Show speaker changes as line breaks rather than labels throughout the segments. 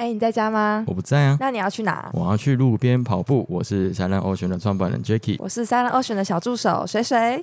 哎、你在家吗？
我不在啊，
那你要去哪？
我要去路边跑步。我是三浪欧选的创办人 Jacky。
我是三浪二选的小助手水水。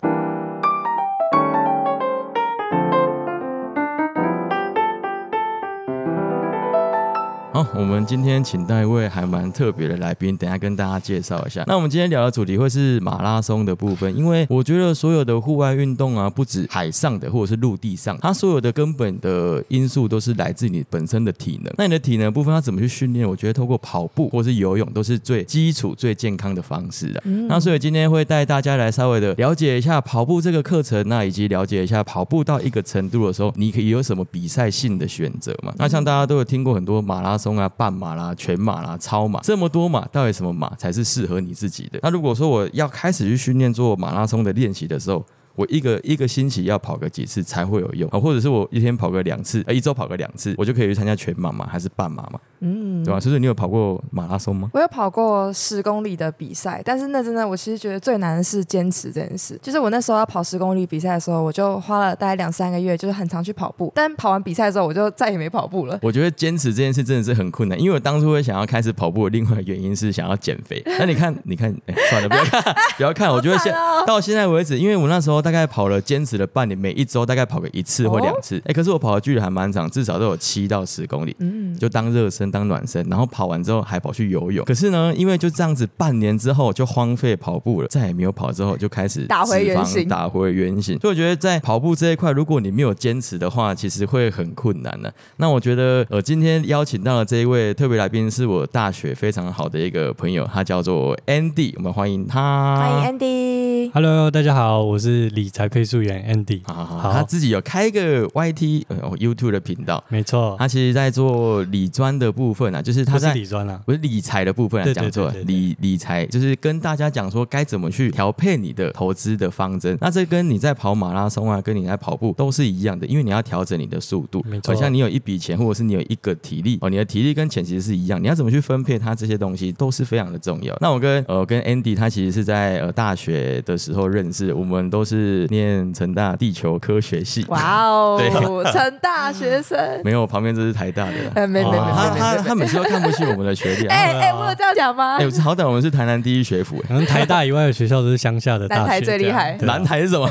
好，我们今天请到一位还蛮特别的来宾，等一下跟大家介绍一下。那我们今天聊的主题会是马拉松的部分，因为我觉得所有的户外运动啊，不止海上的或者是陆地上，它所有的根本的因素都是来自你本身的体能。那你的体能部分要怎么去训练？我觉得透过跑步或是游泳都是最基础、最健康的方式啊。那所以今天会带大家来稍微的了解一下跑步这个课程，那以及了解一下跑步到一个程度的时候，你可以有什么比赛性的选择嘛？那像大家都有听过很多马拉松啊、半马啦、全马啦、超马这么多马，到底什么马才是适合你自己的？那如果说我要开始去训练做马拉松的练习的时候，我一个一个星期要跑个几次才会有用啊，或者是我一天跑个两次，呃，一周跑个两次，我就可以去参加全马嘛，还是半马嘛，嗯，对吧？所以你有跑过马拉松吗？
我有跑过十公里的比赛，但是那真的我其实觉得最难的是坚持这件事。就是我那时候要跑十公里比赛的时候，我就花了大概两三个月，就是很常去跑步。但跑完比赛之后，我就再也没跑步了。
我觉得坚持这件事真的是很困难，因为我当初会想要开始跑步的另外一个原因是想要减 肥。那你看，你看，哎算了，不要看，不要看。我觉得现、
哦
到现在为止，因为我那时候大概跑了坚持了半年，每一周大概跑个一次
哦
或两次。哎、可是我跑的距离还蛮长，至少都有七到十公里，
嗯
就当热身当暖身，然后跑完之后还跑去游泳。可是呢，因为就这样子半年之后就荒废跑步了，再也没有跑之后就开始
打回
脂
原
肪
形
打回原形。所以我觉得在跑步这一块，如果你没有坚持的话，其实会很困难啊的、那我觉得，呃，今天邀请到的这一位特别来宾是我大学非常好的一个朋友，他叫做 Andy，我们欢迎他。
欢迎 Andy。
Hello，大家好，我是理财配速员 Andy。
好好好，他自己有开一个 YT 呃 YouTube 的频道，
没错，
他其实在做理专的部分啊，就是啊他
不是
在
理专啦、
不是理财的部分啊，
对对
讲错了
对对对
理理财就是跟大家讲说该怎么去调配你的投资的方
嗯
针。那这跟你在跑马拉松啊，跟你在跑步都是一样的，因为你要调整你的速度。
没错
好像你有一笔钱，或者是你有一个体力哦，你的体力跟钱其实是一样，你要怎么去分配它这些东西都是非常的重要。那我跟呃跟 Andy 他其实是在呃大学的时候认识，我们都是念成大地球科学系，
哇哦
对，啊
成大学 生。
没有旁边这是台大的啦。
呃，没没没
哇
没
他
没
他
没。
他每次都看不起我们的学 历，啊。
哎哎，我有这样讲吗
哎、？我是好歹我们是台南第一学府、
可能台大以外的学校都是乡下的大学，
南台最厉害
这
哎，
样啊
南，台是 什么？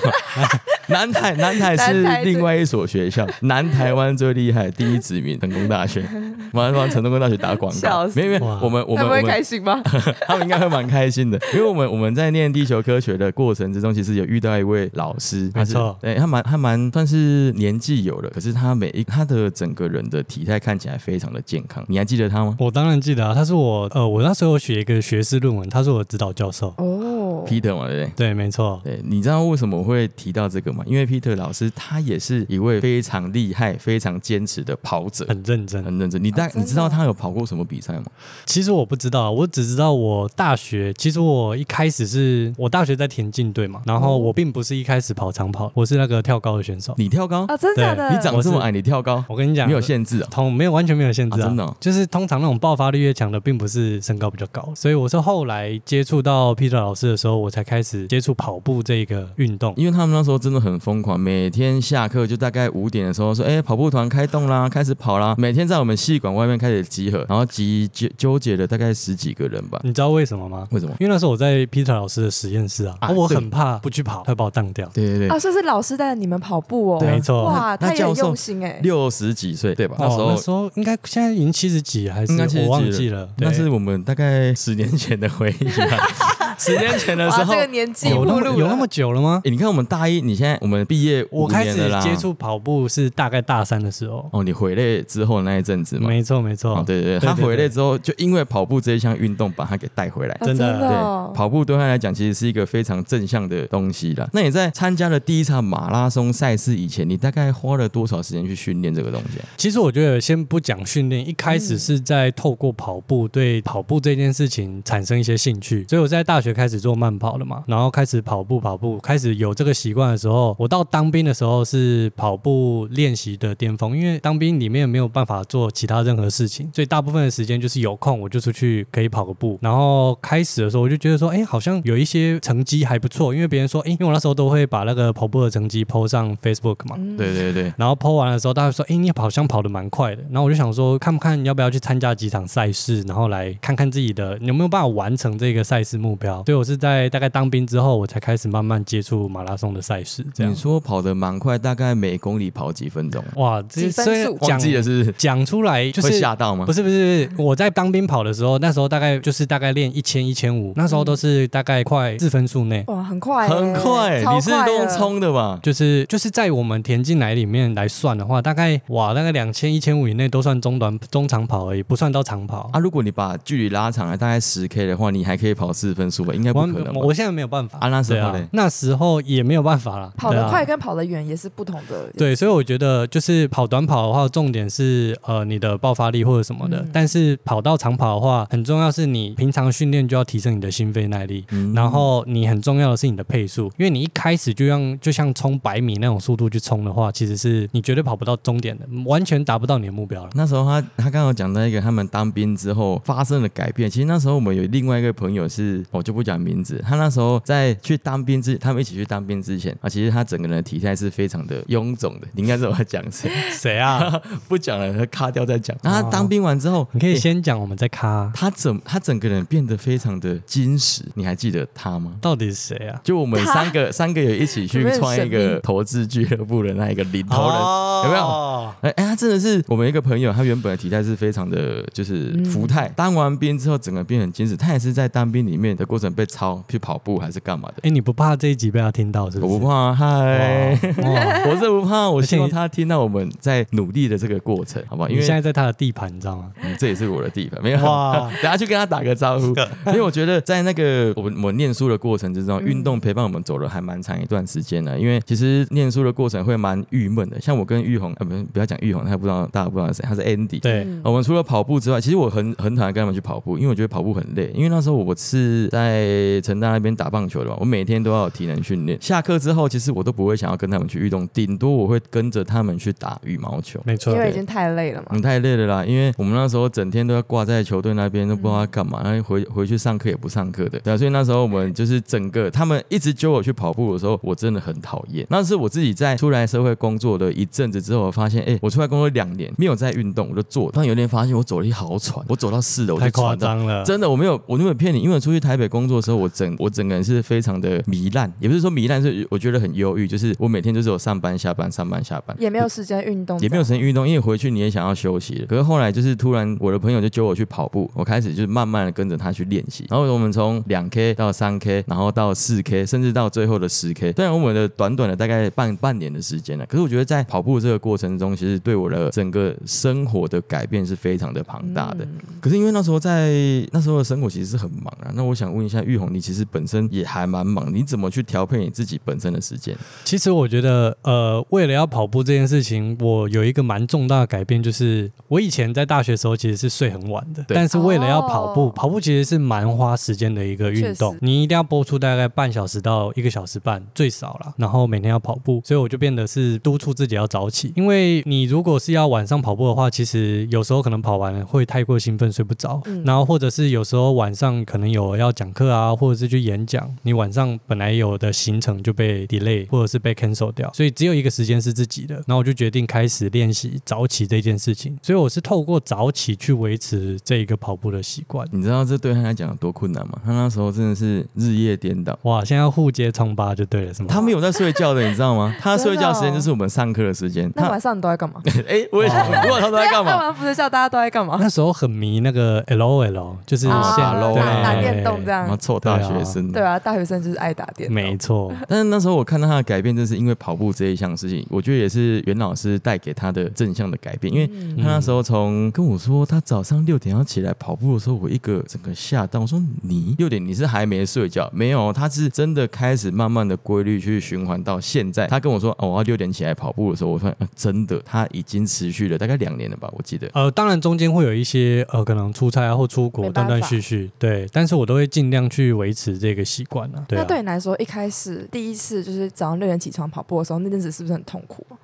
南台南台是
啊南台最
另外一所学 校，南台湾最厉害，第一指名成功大学，马上帮成功大学打广告
笑，死
没有没有
哇，
我们我
他们
们我
会
们
开心 吗？
他们应该会蛮开心的，因为我们我们在念地球科学的过程之中，其实有遇到一位老师，他是
没错
对他蛮他蛮算是年纪有了，可是他每一他的整个人的体态看起来非常的健康，你还记得他吗
对我当然记得啊，他是我呃，我那时候有写一个学士论文，他是我的指导教授。
哦，
？Peter 嘛，对不对？
对，没错，
对，你知道为什么我会提到这个吗？因为 Peter 老师他也是一位非常厉害、非常坚持的跑者，
很认真。
很认真。你大、
哦真的
你知道他有跑过什么比赛吗？
其实我不知道，啊我只知道我大学，其实我一开始是我大学在田径队嘛，然后我并不是一开始跑长跑，我是那个跳高的选手。
你跳高，
啊，真的假
对
的？
你长这么
我是
矮，你跳高，
呃我跟你讲，
没有限制啊。
通没有完全没有限制啊，
啊真的哦
就是通常那种爆发力越强的，并不是身高比较高，所以我是后来接触到 Peter 老师的时候，我才开始接触跑步这个运动。
因为他们那时候真的很疯狂，每天下课就大概五点的时候说：“哎、跑步团开动 啦，开始跑啦！”每天在我们戏馆外面开始集合，然后集纠纠结了大概十几个人吧。
你知道为什么吗？
为什么？
因为那时候我在 Peter 老师的实验室啊，
啊
啊我
对
很怕不去跑，他会把我当掉。
对对对，
啊，所以是老师带着你们跑步哦。
对没错
哇，
那
他也
教
很
授
用心哎。
六十几岁对吧？啊那时
哦、
候
那时候应该现在已经七十几，还是
应该70
我忘
几
记了。
那是
对
我们大概十年前的回忆吧。十年前的时
哇，
候，
这
哦
个
诶
年纪
有哦那
步
么
入
有那么久了吗？
你看我们大一，你现在我们毕业
我
五
开
年
始
了啦。
接触跑步是大概大三的时候。
哦，你回来之后那一阵子嘛，
没错，没
哦
错，，
对对对，他回来之后就因为跑步这一项运动把他给带回来
啊。
真的
对
哦，
跑步对他来讲其实是一个非常正向的东西啦。那你在参加了第一场马拉松赛事以前，你大概花了多少时间去训练这个东西
嗯
啊？
其实我觉得先不讲训练，一开始是在透过跑步对跑步这件事情产生一些兴趣，所以我在大学开始做慢跑了嘛，然后开始跑步跑步，开始有这个习惯的时候，我到当兵的时候是跑步练习的巅峰，因为当兵里面没有办法做其他任何事情，所以大部分的时间就是有空我就出去可以跑个步。然后开始的时候我就觉得说，哎，好像有一些成绩还不错，因为别人说，哎，因为我那时候都会把那个跑步的成绩 PO 上 Facebook 嘛，
嗯
对对对，
然后 PO 完的时候，大家说：“哎、你好像跑得蛮快的。”然后我就想说，看不看要不要去参加几场赛事，然后来看看自己的有没有办法完成这个赛事目标。所以我是在大概当兵之后，我才开始慢慢接触马拉松的赛事。 这样
你，
嗯
说跑得蛮快，大概每公里跑几分钟啊？
哇，这
几分
虽然
数
忘
讲
记了是不是？
讲出来就
会
是
吓到吗？
不
是，
是不是，不是我在当兵跑的时候，那时候大概就是大概练一千一千五，那时候
嗯
都是大概快四分数内。
哇，很快欸、
很快，
超
你是
快
都用
的
冲的吧？
就是就是在我们田径来里面来算的话，大概哇，大概两千一千五以内都算中短中长跑而已，不算到长跑。
啊，如果你把距离拉长了大概十 K 的话，你还可以跑四分数吧？应该不
我
可能吧
我？现在没有办法
啊那时候
对
嘞
啊，那时候也没有办法啦，
跑得
对
快
啊。
跟跑得远也是不同的。
对，所以我觉得就是跑短跑的话，重点是呃你的爆发力或者什么的，
嗯
但是跑到长跑的话，很重要是你平常训练就要提升你的心肺耐力，
嗯
然后你很重要的是你的配速，因为你一开始就像就像冲百米那种速度去冲的话，其实是你绝对跑不到终点的，完全达不到你的目标了。
那时候他他刚好讲到一个他们当兵之后发生的改变。其实那时候我们有另外一个朋友是，我就不讲名字。他那时候在去当兵之，他们一起去当兵之前啊，其实他整个人的体态是非常的臃肿的。你应该知道我在讲 谁，
谁啊？
不讲了，他卡掉再讲。然后他当兵完之后，
哦你可以
欸
先讲，我们再咖、
他整他整个人变得非常的精实。你还记得他吗？
到底是谁啊？
就我们三 个三个有一起去
有没有
创一
神
个
秘
投资俱乐部的那一个领头人，
哦
有没有？
有？
哎、哎，他真的是我们一个朋友，他原本的体态是非常的，就是
嗯
福态。当完兵之后，整个变很精实。他也是在当兵里面的过程被操去跑步还是干嘛的
哎、。你不怕这一集被他听到是不是？
我不怕啊，嗨，
哇。 哇
我是不怕。我
而且
希望
你
他听到我们在努力的这个过程，好不好？因
你
为
现在在他的地盘，你知道吗？
嗯这也是我的地方，没有。
哇
等下去跟他打个招呼，因为我觉得在那个我们我们念书的过程之中，运动陪伴我们走了还蛮长一段时间的。因为其实念书的过程会蛮郁闷的，像我跟玉红，呃，不是不要讲玉红，他不知道大家不知道是谁，他是 Andy。
嗯
对，
我们除了跑步之外，其实我很很讨厌跟他们去跑步，因为我觉得跑步很累。因为那时候我是在成大那边打棒球的嘛，我每天都要有体能训练。下课之后，其实我都不会想要跟他们去运动，顶多我会跟着他们去打羽毛球。
没
因
错。
为已经太累了嘛
你。太累了啦，因为我们那时候整天都要挂在球队那边，都不知道要干嘛，然后回回去上课也不上课的，对啊，所以那时候我们就是整个他们一直揪我去跑步的时候，我真的很讨厌。那是我自己在出来社会工作的一阵子之后，我发现，哎、我出来工作两年没有在运动，我就坐，突然有一天发现我走了一好喘，我走到四楼我
太
就
夸
喘到
张了，
真的，我没有，我没有骗你，因为我出去台北工作的时候，我整我整个人是非常的糜烂，也不是说糜烂，是我觉得很忧郁，就是我每天就是有上班下班上班下班，
也没有时间运动，
也没有时间运动，因为回去你也想要休息了。可是后来就是突然我的朋友就揪我去跑步，我开始就是慢慢的跟着他去练习。然后我们从两 K 到三 K，然后到四 K，甚至到最后的十 K。虽然我们的短短的大概半半年的时间了，可是我觉得在跑步这个过程中，其实对我的整个生活的改变是非常的庞大
嗯
的。可是因为那时候在那时候的生活其实是很忙啊。那我想问一下玉红，你其实本身也还蛮忙，你怎么去调配你自己本身的时间？
其实我觉得，呃，为了要跑步这件事情，我有一个蛮重大的改变，就是我以前在大学时候其实是睡很晚的，
对
但是为了要跑步，
哦
跑步其实是蛮花时间的一个运
确
动
实，
你一定要播出大概半小时到一个小时半最少啦，然后每天要跑步，所以我就变得是督促自己要早起，因为你如果是要晚上跑步的话，其实有时候可能跑完了会太过兴奋睡不着，
嗯
然后或者是有时候晚上可能有要讲课啊，或者是去演讲，你晚上本来有的行程就被 delay 或者是被 cancel 掉，所以只有一个时间是自己的。然后我就决定开始练习早起这件事情，所以我是透过早起去维持这一个跑步的习惯。
你知道这对他来讲有多困难吗？他那时候真的是日夜颠倒。
哇，现在要互接冲吧就对了，是吗？
他没有在睡觉的，你知道 吗？他
真的
睡
哦
觉时间就是我们上课的时间。
那
他
晚上你都在干嘛？
哎，我 也想问，我他 都在干
干
嘛？
嘛不睡觉？大家都在干嘛？
啊那时候很迷那个 L O L，就是
啊
现
打 LOL
对
打打电动这
然
样
后，臭大学生。
对啊，大学生就是爱打电动。
没错，
但是那时候我看到他的改变，正是因为跑步这一项事情，我觉得也是袁老师带给他的正向的改变。因为
嗯
他那时候从跟我说他早上六点要起来跑步的时候，我一个整个吓到，我说你六点你是还没睡觉？没有，他是真的开始慢慢的规律去循环到现在。他跟我说哦，我要六点起来跑步的时候，我发现、呃真的他已经持续了大概两年了吧，我记得。
呃，当然中间会有一些呃，可能出差啊或出国
没办
断
法
断续续，对，但是我都会尽量去维持这个习惯啊。对
那
啊，
对你来说，一开始第一次就是早上六点起床跑步的时候，那阵子是不是很痛苦？啊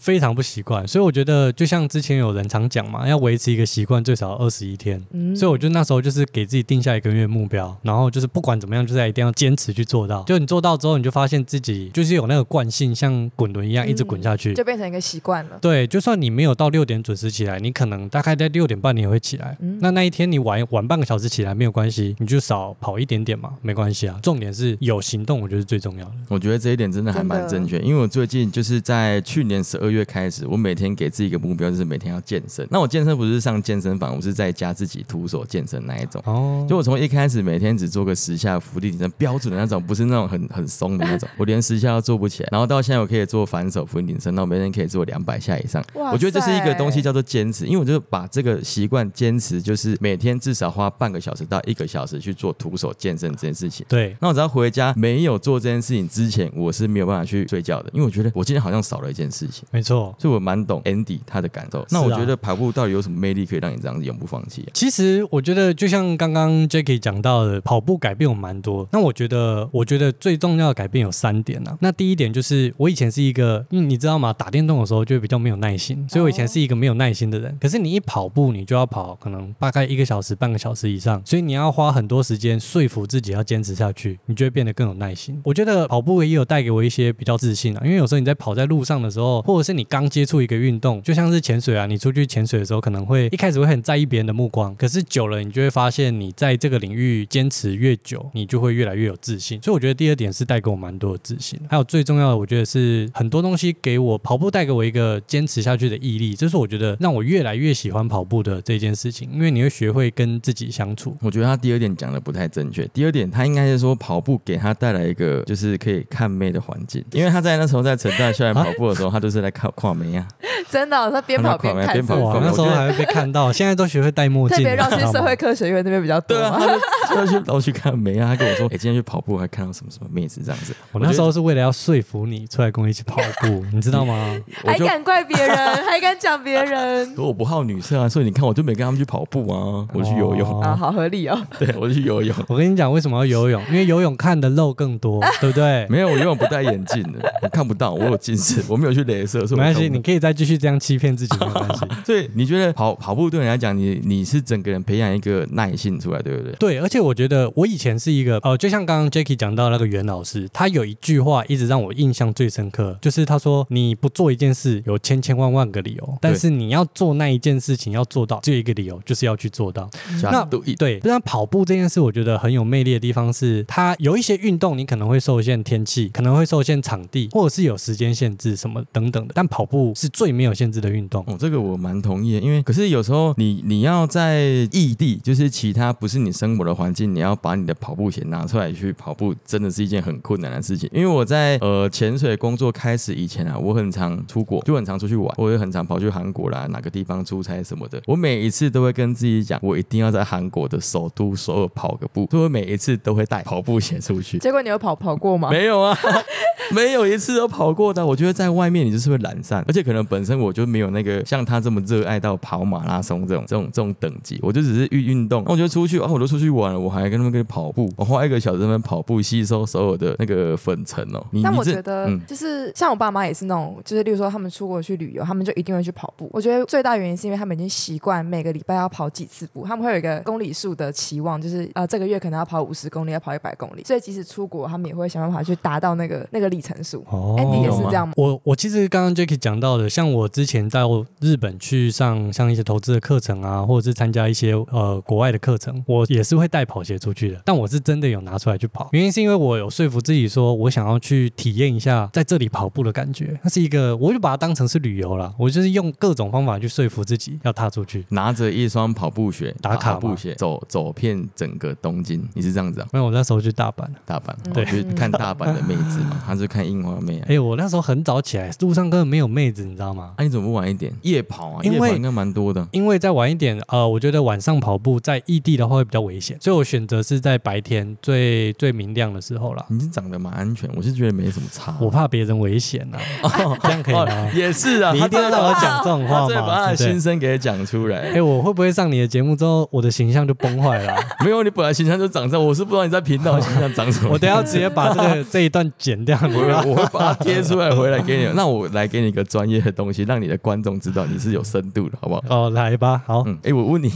非常不习惯。所以我觉得，就像之前有人常讲嘛，要维持一个习惯最少二十一天。
嗯，
所以我就那时候就是给自己定下一个月目标，然后就是不管怎么样，就是一定要坚持去做到。就你做到之后，你就发现自己就是有那个惯性，像滚轮一
嗯
样一直滚下去。
就变成一个习惯了。
对，就算你没有到六点准时起来，你可能大概在六点半你也会起来。
嗯
那那一天你晚晚半个小时起来没有关系，你就少跑一点点嘛，没关系啊。重点是有行动，我觉得是最重要的。
我觉得这一点真的还蛮正确，因为我最近就是在去年十二月开始，我每天给自己一个目标，就是每天要健身。那我健身不是上健身房，我是在家自己徒手健身那一种。
哦，
就我从一开始每天只做个十下伏地挺身，标准的那种，不是那种很很松的那种，我连十下都做不起来。然后到现在我可以做反手伏地挺身，那我每天可以做两百下以上。
哇
我觉得这是一个东西
塞
叫做坚持，因为我就把这个习惯坚持，就是每天至少花半个小时到一个小时去做徒手健身这件事情。
对，
那我只要回家没有做这件事情之前，我是没有办法去睡觉的，因为我觉得我今天好像少了一件事情，
没错。
所以我蛮懂 Andy 他的感受。那我觉得跑步到底有什么魅力可以让你这样子永不放弃啊？
其实我觉得，就像刚刚 Jacky 讲到的，跑步改变我蛮多。那我觉得，我觉得最重要的改变有三点啊。那第一点就是，我以前是一个，嗯，你知道吗？打电动的时候就比较没有耐心，所以我以前是一个没有耐心的人。可是你一跑步，你就要跑可能大概一个小时、半个小时以上，所以你要花很多时间说服自己要坚持下去，你就会变得更有耐心。我觉得跑步也有带给我一些比较自信啊，因为有时候你在跑在路上的时候，或者是你刚接触一个运动，就像是潜水啊，你出去潜水的时候，可能会一开始会很在意别人的目光，可是久了，你就会发现你在这个领域坚持越久，你就会越来越有自信。所以我觉得第二点是带给我蛮多的自信，还有最重要的，我觉得是很多东西给我跑步带给我一个坚持下去的毅力，这是我觉得让我越来越喜欢跑步的这件事情，因为你会学会跟自己相处。
我觉得他第二点讲的不太正确。第二点，他应该是说跑步给他带来一个就是可以看妹的环境，因为他在那时候在城大校园跑步的时候，他就是在看跨妹啊。
真的哦，他边跑边看，
边跑边
哇，
看
那时候还会被看到，现在都学会戴墨
特
镜了，
别绕去
知道吗
社会科学院那边比较多
对 啊，
嘛。
他就他就去都去看妹啊。他跟我说，哎、今天去跑步还看到什么什么妹子这样子。
我那时
候
候是为了要说服你出来跟我一起跑步，你知道吗？
我
还
就。
敢怪别 人，还敢讲别人
可我不好女色啊，所以你看，我就没跟他们去跑步啊，我去游泳，
哦
啊，好合理哦。
对我去游泳，
我跟你讲，为什么要游泳？因为游泳看的肉更 多，对不对？
没有，我游泳不戴眼镜的，我看不到，我有近视，我没有去镭射，所以我
没关系，
看不
你可以再继续这样欺骗 自己，没有关系。
到所以你觉得跑跑步对你来讲，你你是整个人培养一个耐性出来，对不对？
对，而且我觉得我以前 是一个，呃，就像刚刚 Jacky 讲到那个袁老师，他有一句话一直让我印象最深刻，就是他说：“你不做一件事，有千千万万个理由，但是你要做那一件事情，要做到，只有一个理由，就是要去做到。”那
都一
对，那跑步这件事，我觉得很有魅力的地方是，它有一些运动你可能会受限天气，可能会受限场地，或者是有时间限制什么等等的，但跑步是最没有限制的运动。
哦，这个我蛮同意的，因为可是有时候你你要在异地，就是其他不是你生活的环境，你要把你的跑步鞋拿出来去跑步，真的是一件很困难的事情。因为我在呃潜水工作开始以前啊，我很常出国，就很常出去玩，我也很常跑去韩国啦，哪个地方出差什么的。我每一次都会跟自己讲，我一定要在韩国的首都首尔跑个步，所以我每一次都会带跑步鞋出去。
结果你有跑跑过吗？
没有啊， 没有一次都跑过的。我觉得在外面你就是会懒散，而且可能本身我就没有那个像他这么热爱到跑马拉松这种这种这种等级，我就只是运运动。那我就出去啊，我就出去玩了，我还跟他们跟你跑步，我花一个小时在那边跑步，吸收所有的那个粉尘哦。你
但
你
我
这
觉得
嗯，
就是像我爸妈也是那种，就是例如说他们出国去旅游，他们就一定会去跑步。我觉得最大原因是因为他们已经习惯每个礼拜要跑几次步，他们会有一个公里数的期望，就是呃这个月可能要跑五十公里，要跑一百公里，所以即使出国，他们也会想办法去达到那个那个里程数。
哦
Andy 也
有
是
吗
这样吗？
我我其实刚刚 Jacky 讲到的，像我之前到日本去上像一些投资的课程啊，或者是参加一些呃国外的课程，我也是会带跑鞋出去的。但我是真的有拿出来去跑，原因是因为我有说服自己说，我想要去体验一下在这里跑步的感觉。它是一个，我就把它当成是旅游啦，我就是用各种方法去说服自己要踏出去。
拿着一双跑步鞋，
打卡
跑步
嘛
鞋走走遍整个东京，你是这样子啊？
那我那时候去大阪，
大阪，
嗯
我去看大阪的妹子嘛，他是看樱花妹啊。
哎哎、我那时候很早起来，路上课没有妹子，你知道吗？
啊，你怎么不晚一点？夜跑啊，
因
夜
为
跑应该蛮多的。
因为再晚一点，呃，我觉得晚上跑步在异地的话会比较危险，所以我选择是在白天最最明亮的时候啦。
你是长得蛮安全，我是觉得没什么差。
我怕别人危险呐、啊， 这样可以
哦
吗？
也是啊，
你
他
一定
真的
要让我
把
讲这种话
他真的把他
嘛，
的
对不
心
对？
声给讲出来
哎、。我会不会上你的节目之后，我的形象就崩坏了啊、
没有，你本来形象就长这样，我是不知道你在频道的形象长什么。
我等一下直接把这个 这一段剪掉，你
我
知道吗
会我会把它贴出来回来给你。那我来给你一个专业的东西，让你的观众知道你是有深度的，好不好？
哦，来吧，好，
嗯嗯，哎、我问你，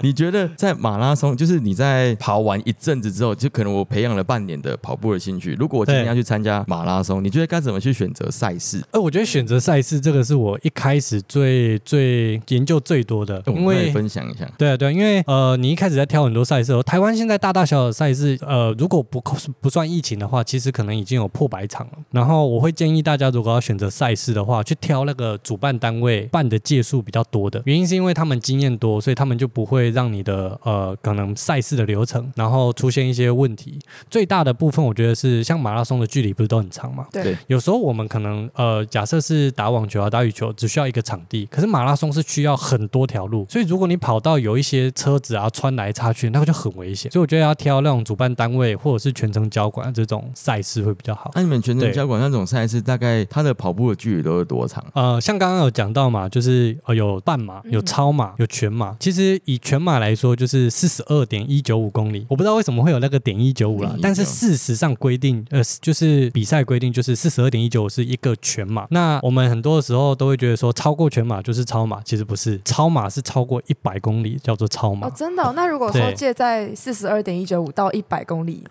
你觉得在马拉松，就是你在跑完一阵子之后，就可能我培养了半年的跑步的兴趣。如果我今天
对
要去参加马拉松，你觉得该怎么去选择赛事？
呃，我觉得选择赛事这个是我一开始最最研究最多的，
我
因
们可以
为。
哦分享一下。
对啊，对啊，因为呃，你一开始在挑很多赛事哦。台湾现在大大小小的赛事，呃，如果不扣不算疫情的话，其实可能已经有破百场了。然后我会建议大家，如果要选择赛事的话，去挑那个主办单位办的届数比较多的。原因是因为他们经验多，所以他们就不会让你的呃可能赛事的流程，然后出现一些问题。最大的部分，我觉得是像马拉松的距离不是都很长嘛，
对
对，
有时候我们可能呃，假设是打网球啊、打羽球，只需要一个场地，可是马拉松是需要很多条路，所以如果你跑到有一些车子啊穿来插去，那个就很危险。所以我觉得要挑那种主办单位或者是全程交管这种赛事会比较好。
那、你们全程
对
交管那种赛事，大概它的跑步的距离都是多长？
呃，像刚刚有讲到嘛，就是呃有半马、有
嗯
超马、有全马。其实以全马来说，就是四十二点一九五公里。我不知道为什么会有那个点一九五啦
195，
但是事实上规定，呃，就是比赛规定就是四十二点一九是一个全马。那我们很多时候都会觉得说，超过全马就是超马，其实不是，超马是超过一百公里叫做超马。
哦，真的哦、那如果说
对
借在四十二点一九五到一百公里，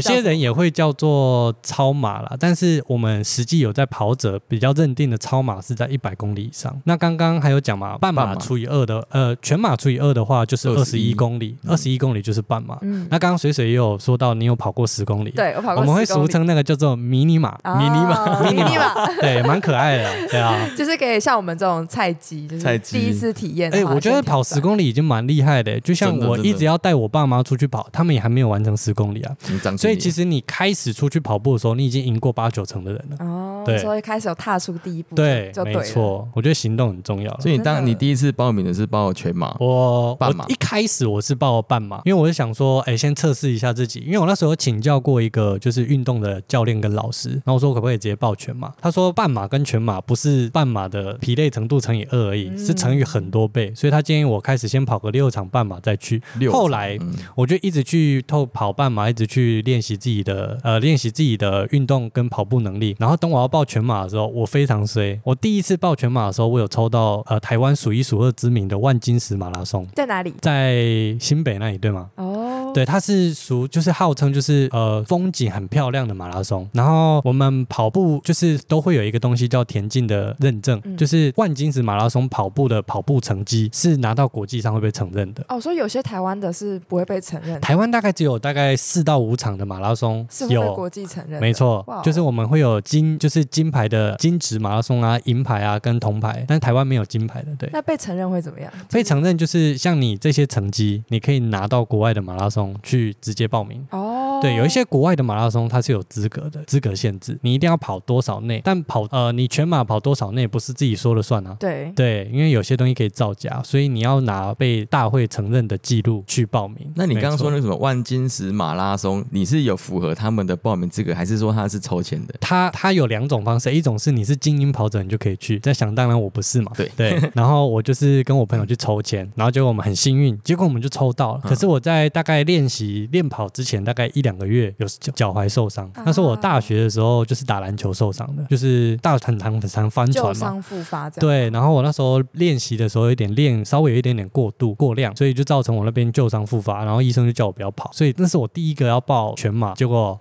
这叫
些人也会叫做超马啦，但是我们实际有在跑者比较认定的超马是在一百公里以上。那刚刚还有讲嘛，半
半
马
马
除以二的，呃，全马除以二的话就是二十一
21
公里，二十一公里就是半马。
嗯，
那刚刚水水也有说到，你有跑过十公里，，
对我跑
我
过10公里，
们会俗称那个叫做迷你马，
啊
迷
迷
你
你
马，
马，
对，蛮可爱的，对啊。
就是给像我们这种菜鸡，就
菜
是
鸡
第一次体验的
哎、
话。
我觉得跑十公里已经蛮厉害的，就像
真的
我
真的
一直要带我爸妈出去跑，他们也还没有完成十公里啊。
你长距离
所以其实你开始出去跑步的时候，你已经赢过八九成的人了。
哦
对，
所以开始有踏出第一步，
对
就，对
没
了。
错，我觉得行动很重要了。
所以你
真
当
的
你第一次报名的是报全马，
我
半马
我一开始我是报半马，因为我是想说，哎、先测试一下自己，因为我那时候请教过一个就是运动的教练跟老师，然后我说我可不可以直接报全马？他说半马跟全马不是半马的疲累程度乘以二而已，
嗯
是乘以很多倍，所以他建议我开始先跑个六场半马再去。
六
后来
嗯
我就一直去透跑半马，一直去练习自己的呃练习自己的运动跟跑步能力。然后等我要报全马的时候，我非常衰。我第一次报全马的时候，我有抽到呃台湾数一数二知名的万金石马拉松，
在哪里？
在新北那里对吗？
哦，
对，它是属就是号称就是呃风景很漂亮的马拉松，然后我们跑步就是都会有一个东西叫田径的认证，
嗯
就是万金石马拉松跑步的跑步成绩是拿到国际上会被承认的。
哦，所以有些台湾的是不会被承认的，
台湾大概只有大概四到五场的马拉松
是会被
有。
国际承认的。
没错
哇哦，
就是我们会有金，就是金牌的金质马拉松啊、银牌啊跟铜牌，但是台湾没有金牌的，对。
那被承认会怎么样？
被承认就是像你这些成绩，你可以拿到国外的马拉松去直接报名。
哦，
对，有一些国外的马拉松它是有资格的，资格限制，你一定要跑多少内，但跑呃你全马跑多少内不是自己说了算啊。
对
对，因为有些东西可以造假，所以你要拿被大会承认的记录去报名。
那你刚刚
没错
说那个什么万金石马拉松，你是有符合他们的报名资格，还是说他是抽签的？
它它有两种方式，一种是你是精英跑者，你就可以去，但想当然我不是嘛，
对
对。然后我就是跟我朋友去抽签，然后结果我们很幸运，结果我们就抽到了。
嗯
可是我在大概练习练跑之前，大概一两个月有脚脚踝受伤，
啊
那是我大学的时候就是打篮球受伤的，就是大很常很常翻
旧
船嘛。
伤复发这样。
对，然后我那时候练习的时候有点练，稍微有一点点过度过量，所以就造成我那边旧伤复发，然后医生就叫我不要跑，所以那是我第一个要报全马，结果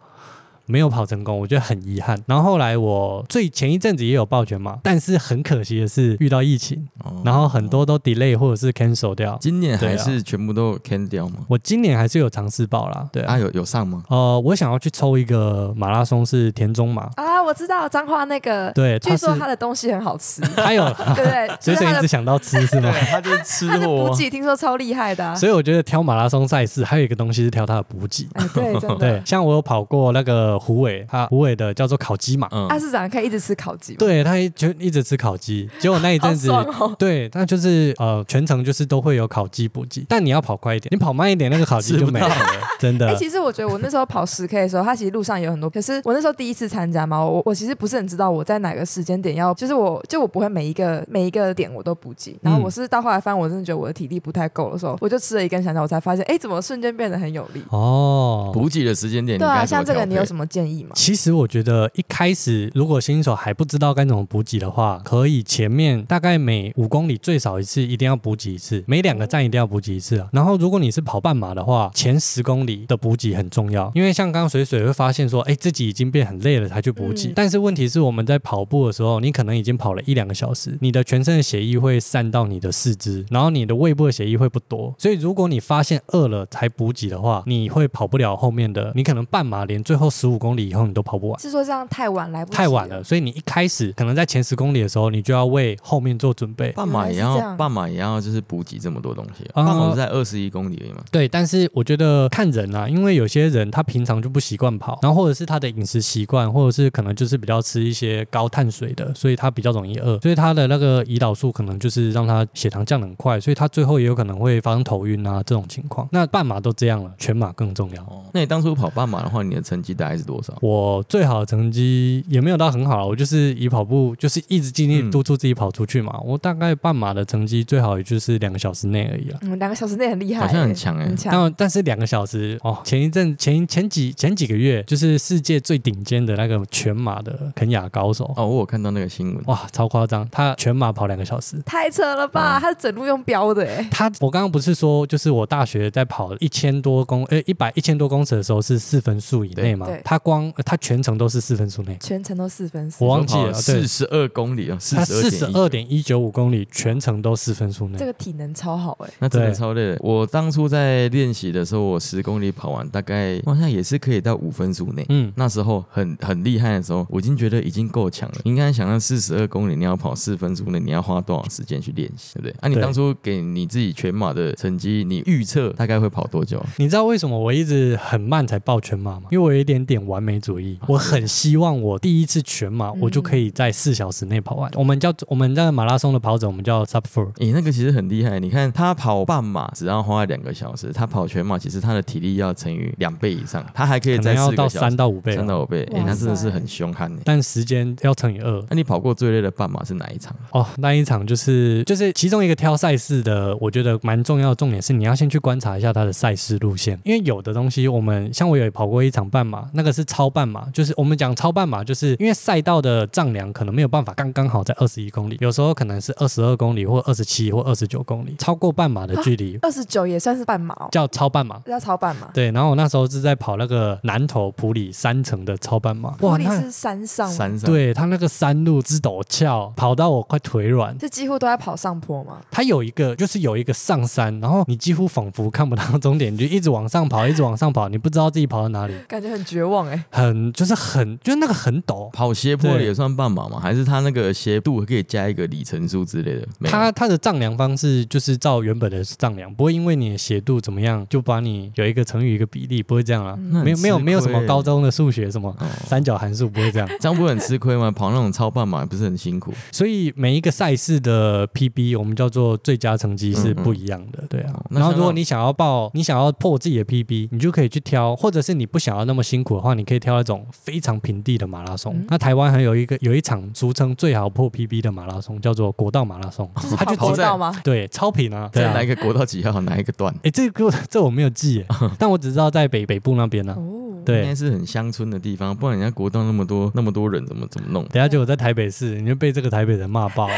没有跑成功，我觉得很遗憾。然后后来我最前一阵子也有报全马，但是很可惜的是遇到疫情，
哦
然后很多都 delay 或者是 cancel 掉。
今年
对
还
啊
是全部都 can 掉吗？
我今年还是有
哎
尝试报啦，对啊
啊，有有上吗？
呃，我想要去抽一个马拉松是田中马，
啊，道，我知道彰化那个，
对，
据
他是
说他的东西很好吃，对
他有，
不对？就
所以
是他
一直
的
想到吃是吗
对？，他就是吃
他的
货
补
啊。
给听说超厉害的啊，
所以我觉得挑马拉松赛事还有一个东西是挑它的补给。
哎，对，真的，
对，像我有跑过那个虎尾，
啊
它虎尾的叫做烤鸡嘛，
嗯
阿市长可以一直吃烤鸡吗，
对，他一就一直吃烤鸡，结果那一阵
好
子。
爽哦，
对，那就是呃，全程就是都会有烤鸡补给，但你要跑快一点，你跑慢一点，那个烤鸡
吃
就
不
没了
到，
真的。
哎、其实我觉得我那时候跑十 K 的时候，它其实路上也有很多。可是我那时候第一次参加嘛，我我其实不是很知道我在哪个时间点要，就是我就我不会每一个每一个点我都补给。然后我是到后来翻，我真的觉得我的体力不太够的时候，我就吃了一根香蕉，我才发现，哎、怎么瞬间变得很有力？
哦，
补给的时间点，
对啊，像这个你有
么
什么建议吗？
其实我觉得一开始如果新手还不知道该怎么补给的话，可以前面大概每五公里最少一次一定要补给一次，每两个站一定要补给一次啊。然后如果你是跑半马的话，前十公里的补给很重要，因为像刚刚水水会发现说，哎，自己已经变很累了才去补给，
嗯
但是问题是我们在跑步的时候，你可能已经跑了一两个小时，你的全身的血液会散到你的四肢，然后你的胃部的血液会不多，所以如果你发现饿了才补给的话，你会跑不了后面的，你可能半马连最后十五公里以后你都跑不完。
是说这样太晚来不及
太晚了，所以你一开始可能在前十公里的时候，你就要为后面做准备。
半马也
原来是这
要
样
半马也要就是补给这么多东西啊，
啊
半马不是在二十一公里而已嘛。
对，但是我觉得看人啊，因为有些人他平常就不习惯跑，然后或者是他的饮食习惯，或者是可能就是比较吃一些高碳水的，所以他比较容易饿，所以他的那个胰岛素可能就是让他血糖降得很快，所以他最后也有可能会发生头晕啊这种情况。那半马都这样了，全马更重要。
哦，那你当初跑半马的话，你的成绩大概是多少？
我最好的成绩也没有到很好啊，我就是以跑步，就是一直尽力
嗯
督促自己跑出去嘛。我大概半马的成绩最好也就是两个小时内而已啦。
嗯，两个小时内很厉害、
好像很强欸
很强。
但但是两个小时哦，前一阵前前几前几个月，就是世界最顶尖的那个全马的肯亚高手，
哦，我有看到那个新闻，
哇，超夸张！他全马跑两个小时。
太扯了吧！
嗯
他是整路用标的哎、
他，我刚刚不是说，就是我大学在跑一千多公，呃，一百一千多公尺的时候是四分数以内嘛
对对？
他光、呃他全程都是四分数内，
全程都四分四
我，忘记了，对
四，十二公里啊，四
他四
十
十
二
二
点一。
点一九五公里全程都四分数内
这，个体能超好哎、
那真的
对
超累的。我当初在练习的时候，我十公里跑完，大概我好像也是可以到五分数内。
嗯，
那时候很很厉害的时候，我已经觉得已经够强了。应该想象四十二公里你要跑四分钟内，你要花多少时间去练习，对不对？啊，你
对
当初给你自己全马的成绩，你预测大概会跑多久？
你知道为什么我一直很慢才报全马吗？因为我有一点点完美主
啊
义，我很希望我第一次全马
嗯
我就可以在四小时内跑完。我们叫我们那个马拉松的跑者，我们叫 sub four。
诶、那个其实很厉害。你看他跑半马只要花两个小时，他跑全马其实他的体力要乘以两倍以上，他还可以
可
再
能要
四
到
个小
三
时，
到五倍哦
三
了，
到五倍。诶、
哇
那真的是
塞
很凶悍诶、
但时间要乘以二
那、你跑过最累的半马是哪一场？
哦。那一场就是就是其中一个挑赛事的，我觉得蛮重要的重点是你要先去观察一下它的赛事路线，因为有的东西我们像我有跑过一场半马，那个是超半马，就是我们讲超半马，就是因为赛道的丈量可能没有办法刚刚好在二十一公里，有时候可能是二十二公里或二十七或二十九公里，超过半马的距离
二十九也算是半马、哦，
叫超半马。
要超半马。
对，然后我那时候是在跑那个南投普里三层的超半马，
哇，
哇，
里
那
是山上吗，
山上。
对他那个山路之陡峭，跑到我快腿软。
这几乎都在跑上坡嘛。
它有一个就是有一个上山，然后你几乎仿佛看不到终点，你就一直往上跑，一直往上跑，你不知道自己跑到哪里，
感觉很绝望哎、
很就是很就是那个很陡。
跑斜坡的
对
也算半马吗？还是他那个斜度可以加一个里程数之类的？没有
它它的丈量方式就是照原本的丈量，不会因为你的斜度怎么样就把你有一个乘以一个比例，不会这样啊。
嗯
那很
没有没有
吃亏
没有什么高中的数学什么
哦
三角函数不会这样，
这样不会很吃亏吗？跑那种超半马不是很辛苦？
所以每一个赛事的 PB 我们叫做最佳成绩是不一样的，对啊。
嗯哦那
然后
像
如果
那
你想要报，你想要破自己的 PB，你就可以去挑，或者是你不想要那么辛苦的话，你可以挑那种非常平地的马拉松。
嗯
那台湾还有一个有一场俗称最好破 PB 的马拉松，叫做国道马 拉松，
就是
它
跑
就
坡
只在
道吗？
对，超平啊，对
再
啊
来。一个国道几号，哪一个段？
哎，这个这我没有 记耶，但我只知道在北北部那边呢、啊。
哦，
哦应
对
该，是很乡村的地方，不然人家国道那么多那么多人，怎么怎么弄？
等下就我在台北市，你就被这个台北人 骂爆了。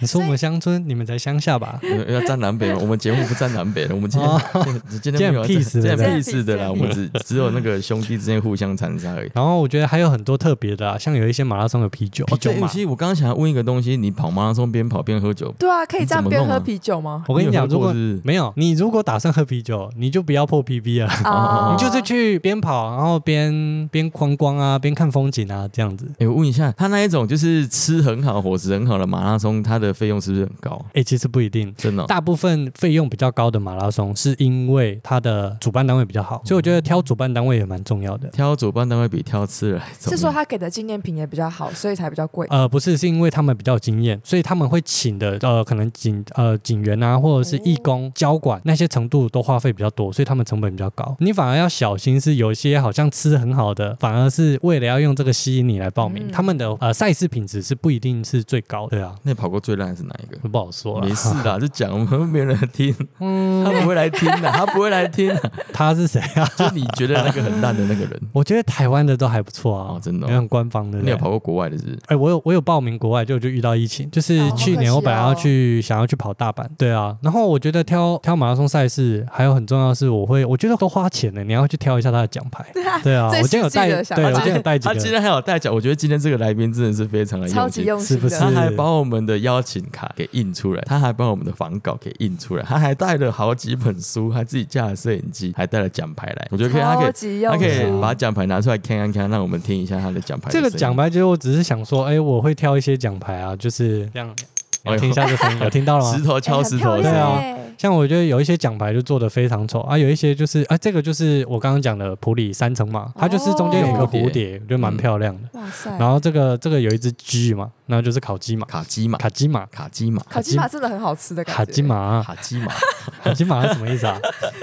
你说我们乡村，你们才乡下吧？
呃 要站南北 吗？我们节目不站南北的，我们今
哦
天 今天没有要
今天 peace
站
的
今天
对
不对
peace 的啦，我们只只有那个兄弟之间互相残杀而已。
然后我觉得还有很多特别的、啊，像有一些马拉松有啤酒，
哦
啤酒
对，
马。
其实我刚刚想要问一个东西，你跑马拉松边跑边喝酒，
对啊，可以这样
你怎么
边
弄啊
喝啤酒吗？
我跟你讲，
你有
如
喝过
果
是不是
没有你，如果打算喝啤酒，你就不要破 PB 啊，
哦
啊
你就是去边跑，然然后边边观光啊，边看风景啊，这样子。
哎、我问一下，他那一种就是吃很好、伙食很好的马拉松，它的费用是不是很高？
哎、其实不一定。
真的哦、
大部分费用比较高的马拉松，是因为它的主办单位比较好，所以我觉得挑主办单位也蛮重要的。
挑主办单位比挑吃的还重要。
是说他给的纪念品也比较好，所以才比较贵。
呃，不是，是因为他们比较有经验，所以他们会请的呃，可能警呃警员啊，或者是义工、交管那些程度都花费比较多，所以他们成本比较高。你反而要小心，是有一些好像吃很好的，反而是为了要用这个吸引你来报名，
嗯
他们的呃赛事品质是不一定是最高的，对啊，
那你跑过最烂的是哪一个？
不好说了
没。 事啦，就讲，我们没有人听，他不会来听的，他不会来听的。
嗯 他是谁 啊？
就你觉得那个很烂的那个人，
我觉得台湾的都还不错啊，
哦真的哦
没有很官方的。
你有跑过国外的是不是？
哎、我有我有报名国外，就就遇到疫情，就是
哦
去年我本来要去、想要去跑大阪，对啊，然后我觉得挑挑马拉松赛事，还有很重要的是，我会我觉得都花钱了，你要去挑一下他的奖牌，对 啊，
最
我今天有
实际的
带，
想
对
法
我今天有带几
他今
个，
天还有带奖，我觉得今天这个来宾真的是非常的
超
用
级
心。
用心的，
是不是
他还把我们的邀请卡给印出来，他还把我们的访稿给印出来，他还带了好几本书，还自己架了摄影机，还带了奖牌来。我觉得可以，他可
超
以，
级
他
用
可以
心。哎
把奖牌拿出来看看看，让我们听一下他的奖牌的
这
声
个
音。
奖牌就是我只是想说，哎、我会挑一些奖牌啊，就是这样，
哎呦
听一下这声音，有听到了
石
吗？
头敲
哎
石头
很
的
漂
声音，
亮
对
哎
像我觉得有一些奖牌就做的非常丑啊，有一些就是啊，这个就是我刚刚讲的普里三层马，它就是中间有一个
哦
蝴蝶，我觉得蛮
嗯
漂亮的。
哇塞！
然后这个这个有一只鸡嘛，然后就是烤鸡嘛，
卡基马，
卡鸡马，
卡基马，
烤鸡马真的很好吃的感觉，
卡鸡马，
啊卡基马。
卡鸡马是什么意 思啊？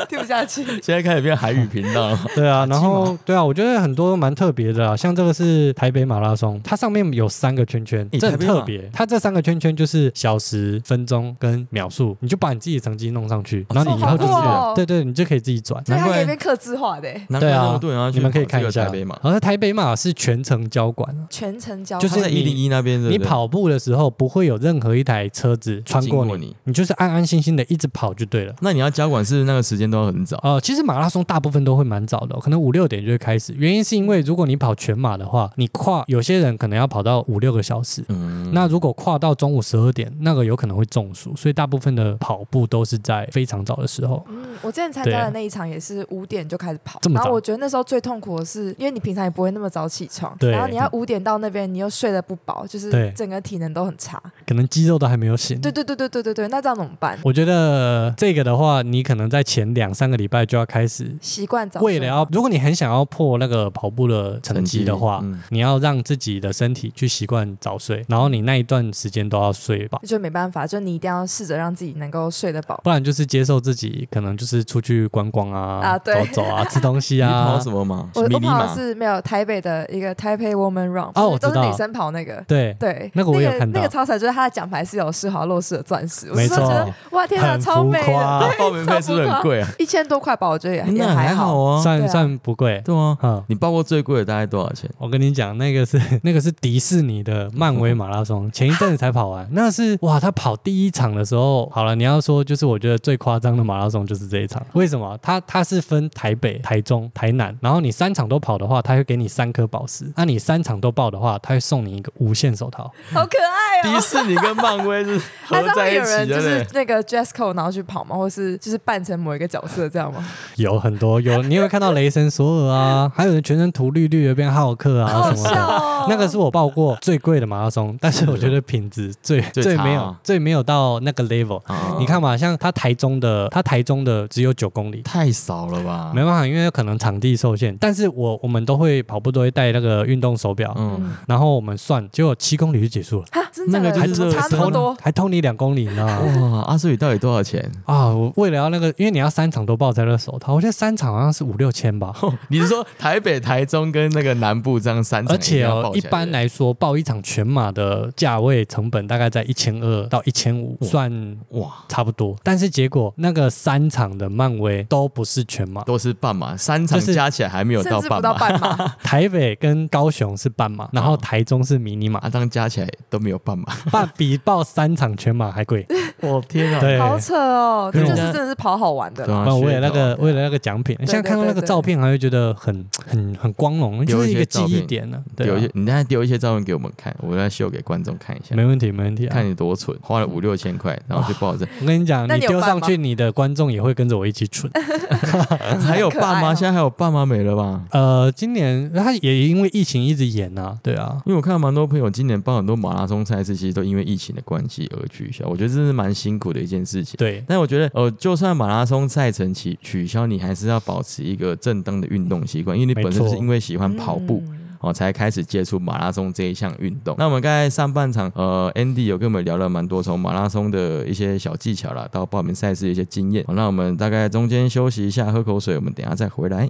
听不下去。
现在开始变韩语频道了。
对啊，然后对啊，我觉得很多蛮特别的啊，像这个是台北马拉松，它上面有三个圈圈，
诶
这很
台北马
特别。它这三个圈圈就是小时、分钟跟秒数，你就把你自己的成绩弄上去，然后你以后就
这
是
么好
酷哦
对对，你就可以自己转。
所以它
难
可以
怪
变克制化的欸，
难怪
对
那么
啊
多人要，去
你们可以
跑这
看
个
一下。
台北马，
然后台北马是全程交管啊，
全程交
就
就是在
你
一零一那边的。
你跑步的时候不会有任何一台车子穿过
经过
你
你，
你就是安安心心的一直跑就对了。
那你要交管是不是那个时间都要很早，
呃，其实马拉松大部分都会蛮早的哦、可能五六点就会开始。原因是因为如果你跑全马的话，你跨有些人可能要跑到五六个小时。
嗯，
那如果跨到中午十二点，那个有可能会中暑，所以大部分的跑步都是在非常早的时候。
嗯，我之前参加的
对
那一场也是五点就开始跑，
这么
然
早
后我觉得那时候最痛苦的是，因为你平常也不会那么早起床，
对
然后你要五点到那边，你又睡得不饱，就是
对
整个体能都很差。
可能肌肉都还没有醒。
对对对对对对对，那这样怎么办？
我觉得这个的话，你可能在前两三个礼拜就要开始
习惯早睡
为了要，如果你很想要破那个跑步的成绩的话，
成绩嗯
你要让自己的身体去习惯早睡，然后你那一段时间都要睡饱，
就没办法，就你一定要试着让自己能够睡得饱。
不然就是接受自己可能就是出去观光啊，
啊对
走走啊， 吃东西
你
啊
跑，什么马？
我
迷
我
你
跑
马
的。 是没有台北的一个台北 Woman Run，
哦我知道
都是女生跑那个。
对，
对，
那个我有看到
那个超彩，就是它的奖牌是有施华洛世的钻石，我
没
是
错
觉得哇天哪，
很
超
浮
美的，
夸，
报名费是不是很 贵啊？
一千多块吧，我觉得也也
那还
好
好啊，
算
对啊
算不贵，
对啊。
嗯。
你报过最贵的大概多少钱？
我跟你讲，那个是 那个是迪士尼的漫威马拉 松，前一阵子才跑完。那是哇，他跑第一场的时候，好了，你要说就是我觉得最夸张的马拉松就是这一场。为什么？他他是分台北、台中、台南，然后你三场都跑的话，他会给你三颗宝石；那、你三场都报的话，他会送你一个无限手套。
好可 爱
迪
哦。
士尼跟漫威是合
哎上
在
面
一
有人
起
就
的
是
嘞。
那个 dress code，然后去跑吗？或是就是扮成某一个角色这样吗？
有很多 有，你会看到雷神索尔啊，还有人全身涂绿绿的变浩克
好
啊
好
什么
笑
的。
哦。
那个是我报过最贵的马拉松，但是我觉得品质最
最
最
差
没有
啊
最没有到那个 level。
啊
你看嘛，像它台中的，它台中的只有九公里，
太少了吧？
没办法，因为可能场地受限。但是我我们都会跑步都会带那个运动手表，
嗯，
然后我们算，结果七公里就结束了，
啊，真的
那个
假的
就是
怎么差那么
热身
多，
还偷你两公里，你知 道吗？
哇，阿所以到底多少钱？
啊，我为了要那个，因为你要三场都抱在那手套，我觉得三场好像是五六千吧。
你是说台北、台中跟那个南部这样三场
而
一定
且
要
哦
报，起
一
来？
般来说报一场全马的价位成本大概在一千二到一千五，
哇
算
哇，
差不多。但是结果那个三场的漫威都不是全马，
都是半马，三场
就是
加起来还没有
甚
到
至不
半
到
马。
半马，
台北跟高雄是半马，然后台中是迷你马。
啊啊，当加起来都没有半 马。
办比报三场全马还 贵。
我天啊！
对，哦
好扯哦，
可
这
是
就是
人家
真的是跑好玩的
对
啦。
啊，
那为了那个
噱头
为了那个奖品，现在看到那个照片还会觉得很很很光荣，就是一个记忆点呢。对
丢一
啊
些，，你再丢一些照片给我们看，我再秀给观众看一下，
没问题没问题啊。
看你多蠢，
嗯
花了五六千 块，然后去报这，
我跟你讲，
那
你
你有
丢
办
上
吗
去，你的观众也会跟着我一起蠢。
还有
很可爱
半吗？
哦
现在还有半吗？没了吧？
呃，今年他也因为疫情一直延啊，对啊，
因为我看到蛮多朋友今年报很多马拉松赛事，其实都因为疫情的关系而取消，我觉得这是蛮辛苦的一件事情。
对，
但我觉得，呃，就算马拉松赛程取取消，你还是要保持一个正当的运动习惯，因为你本身
没错
就是因为喜欢跑步。
嗯
哦，才开始接触马拉松这一项运动。那我们刚才上半场，呃，Andy 有跟我们聊了蛮多从马拉松的一些小技巧啦，到报名赛事的一些经验。好，哦那我们大概中间休息一下，喝口水，我们等一下再回来。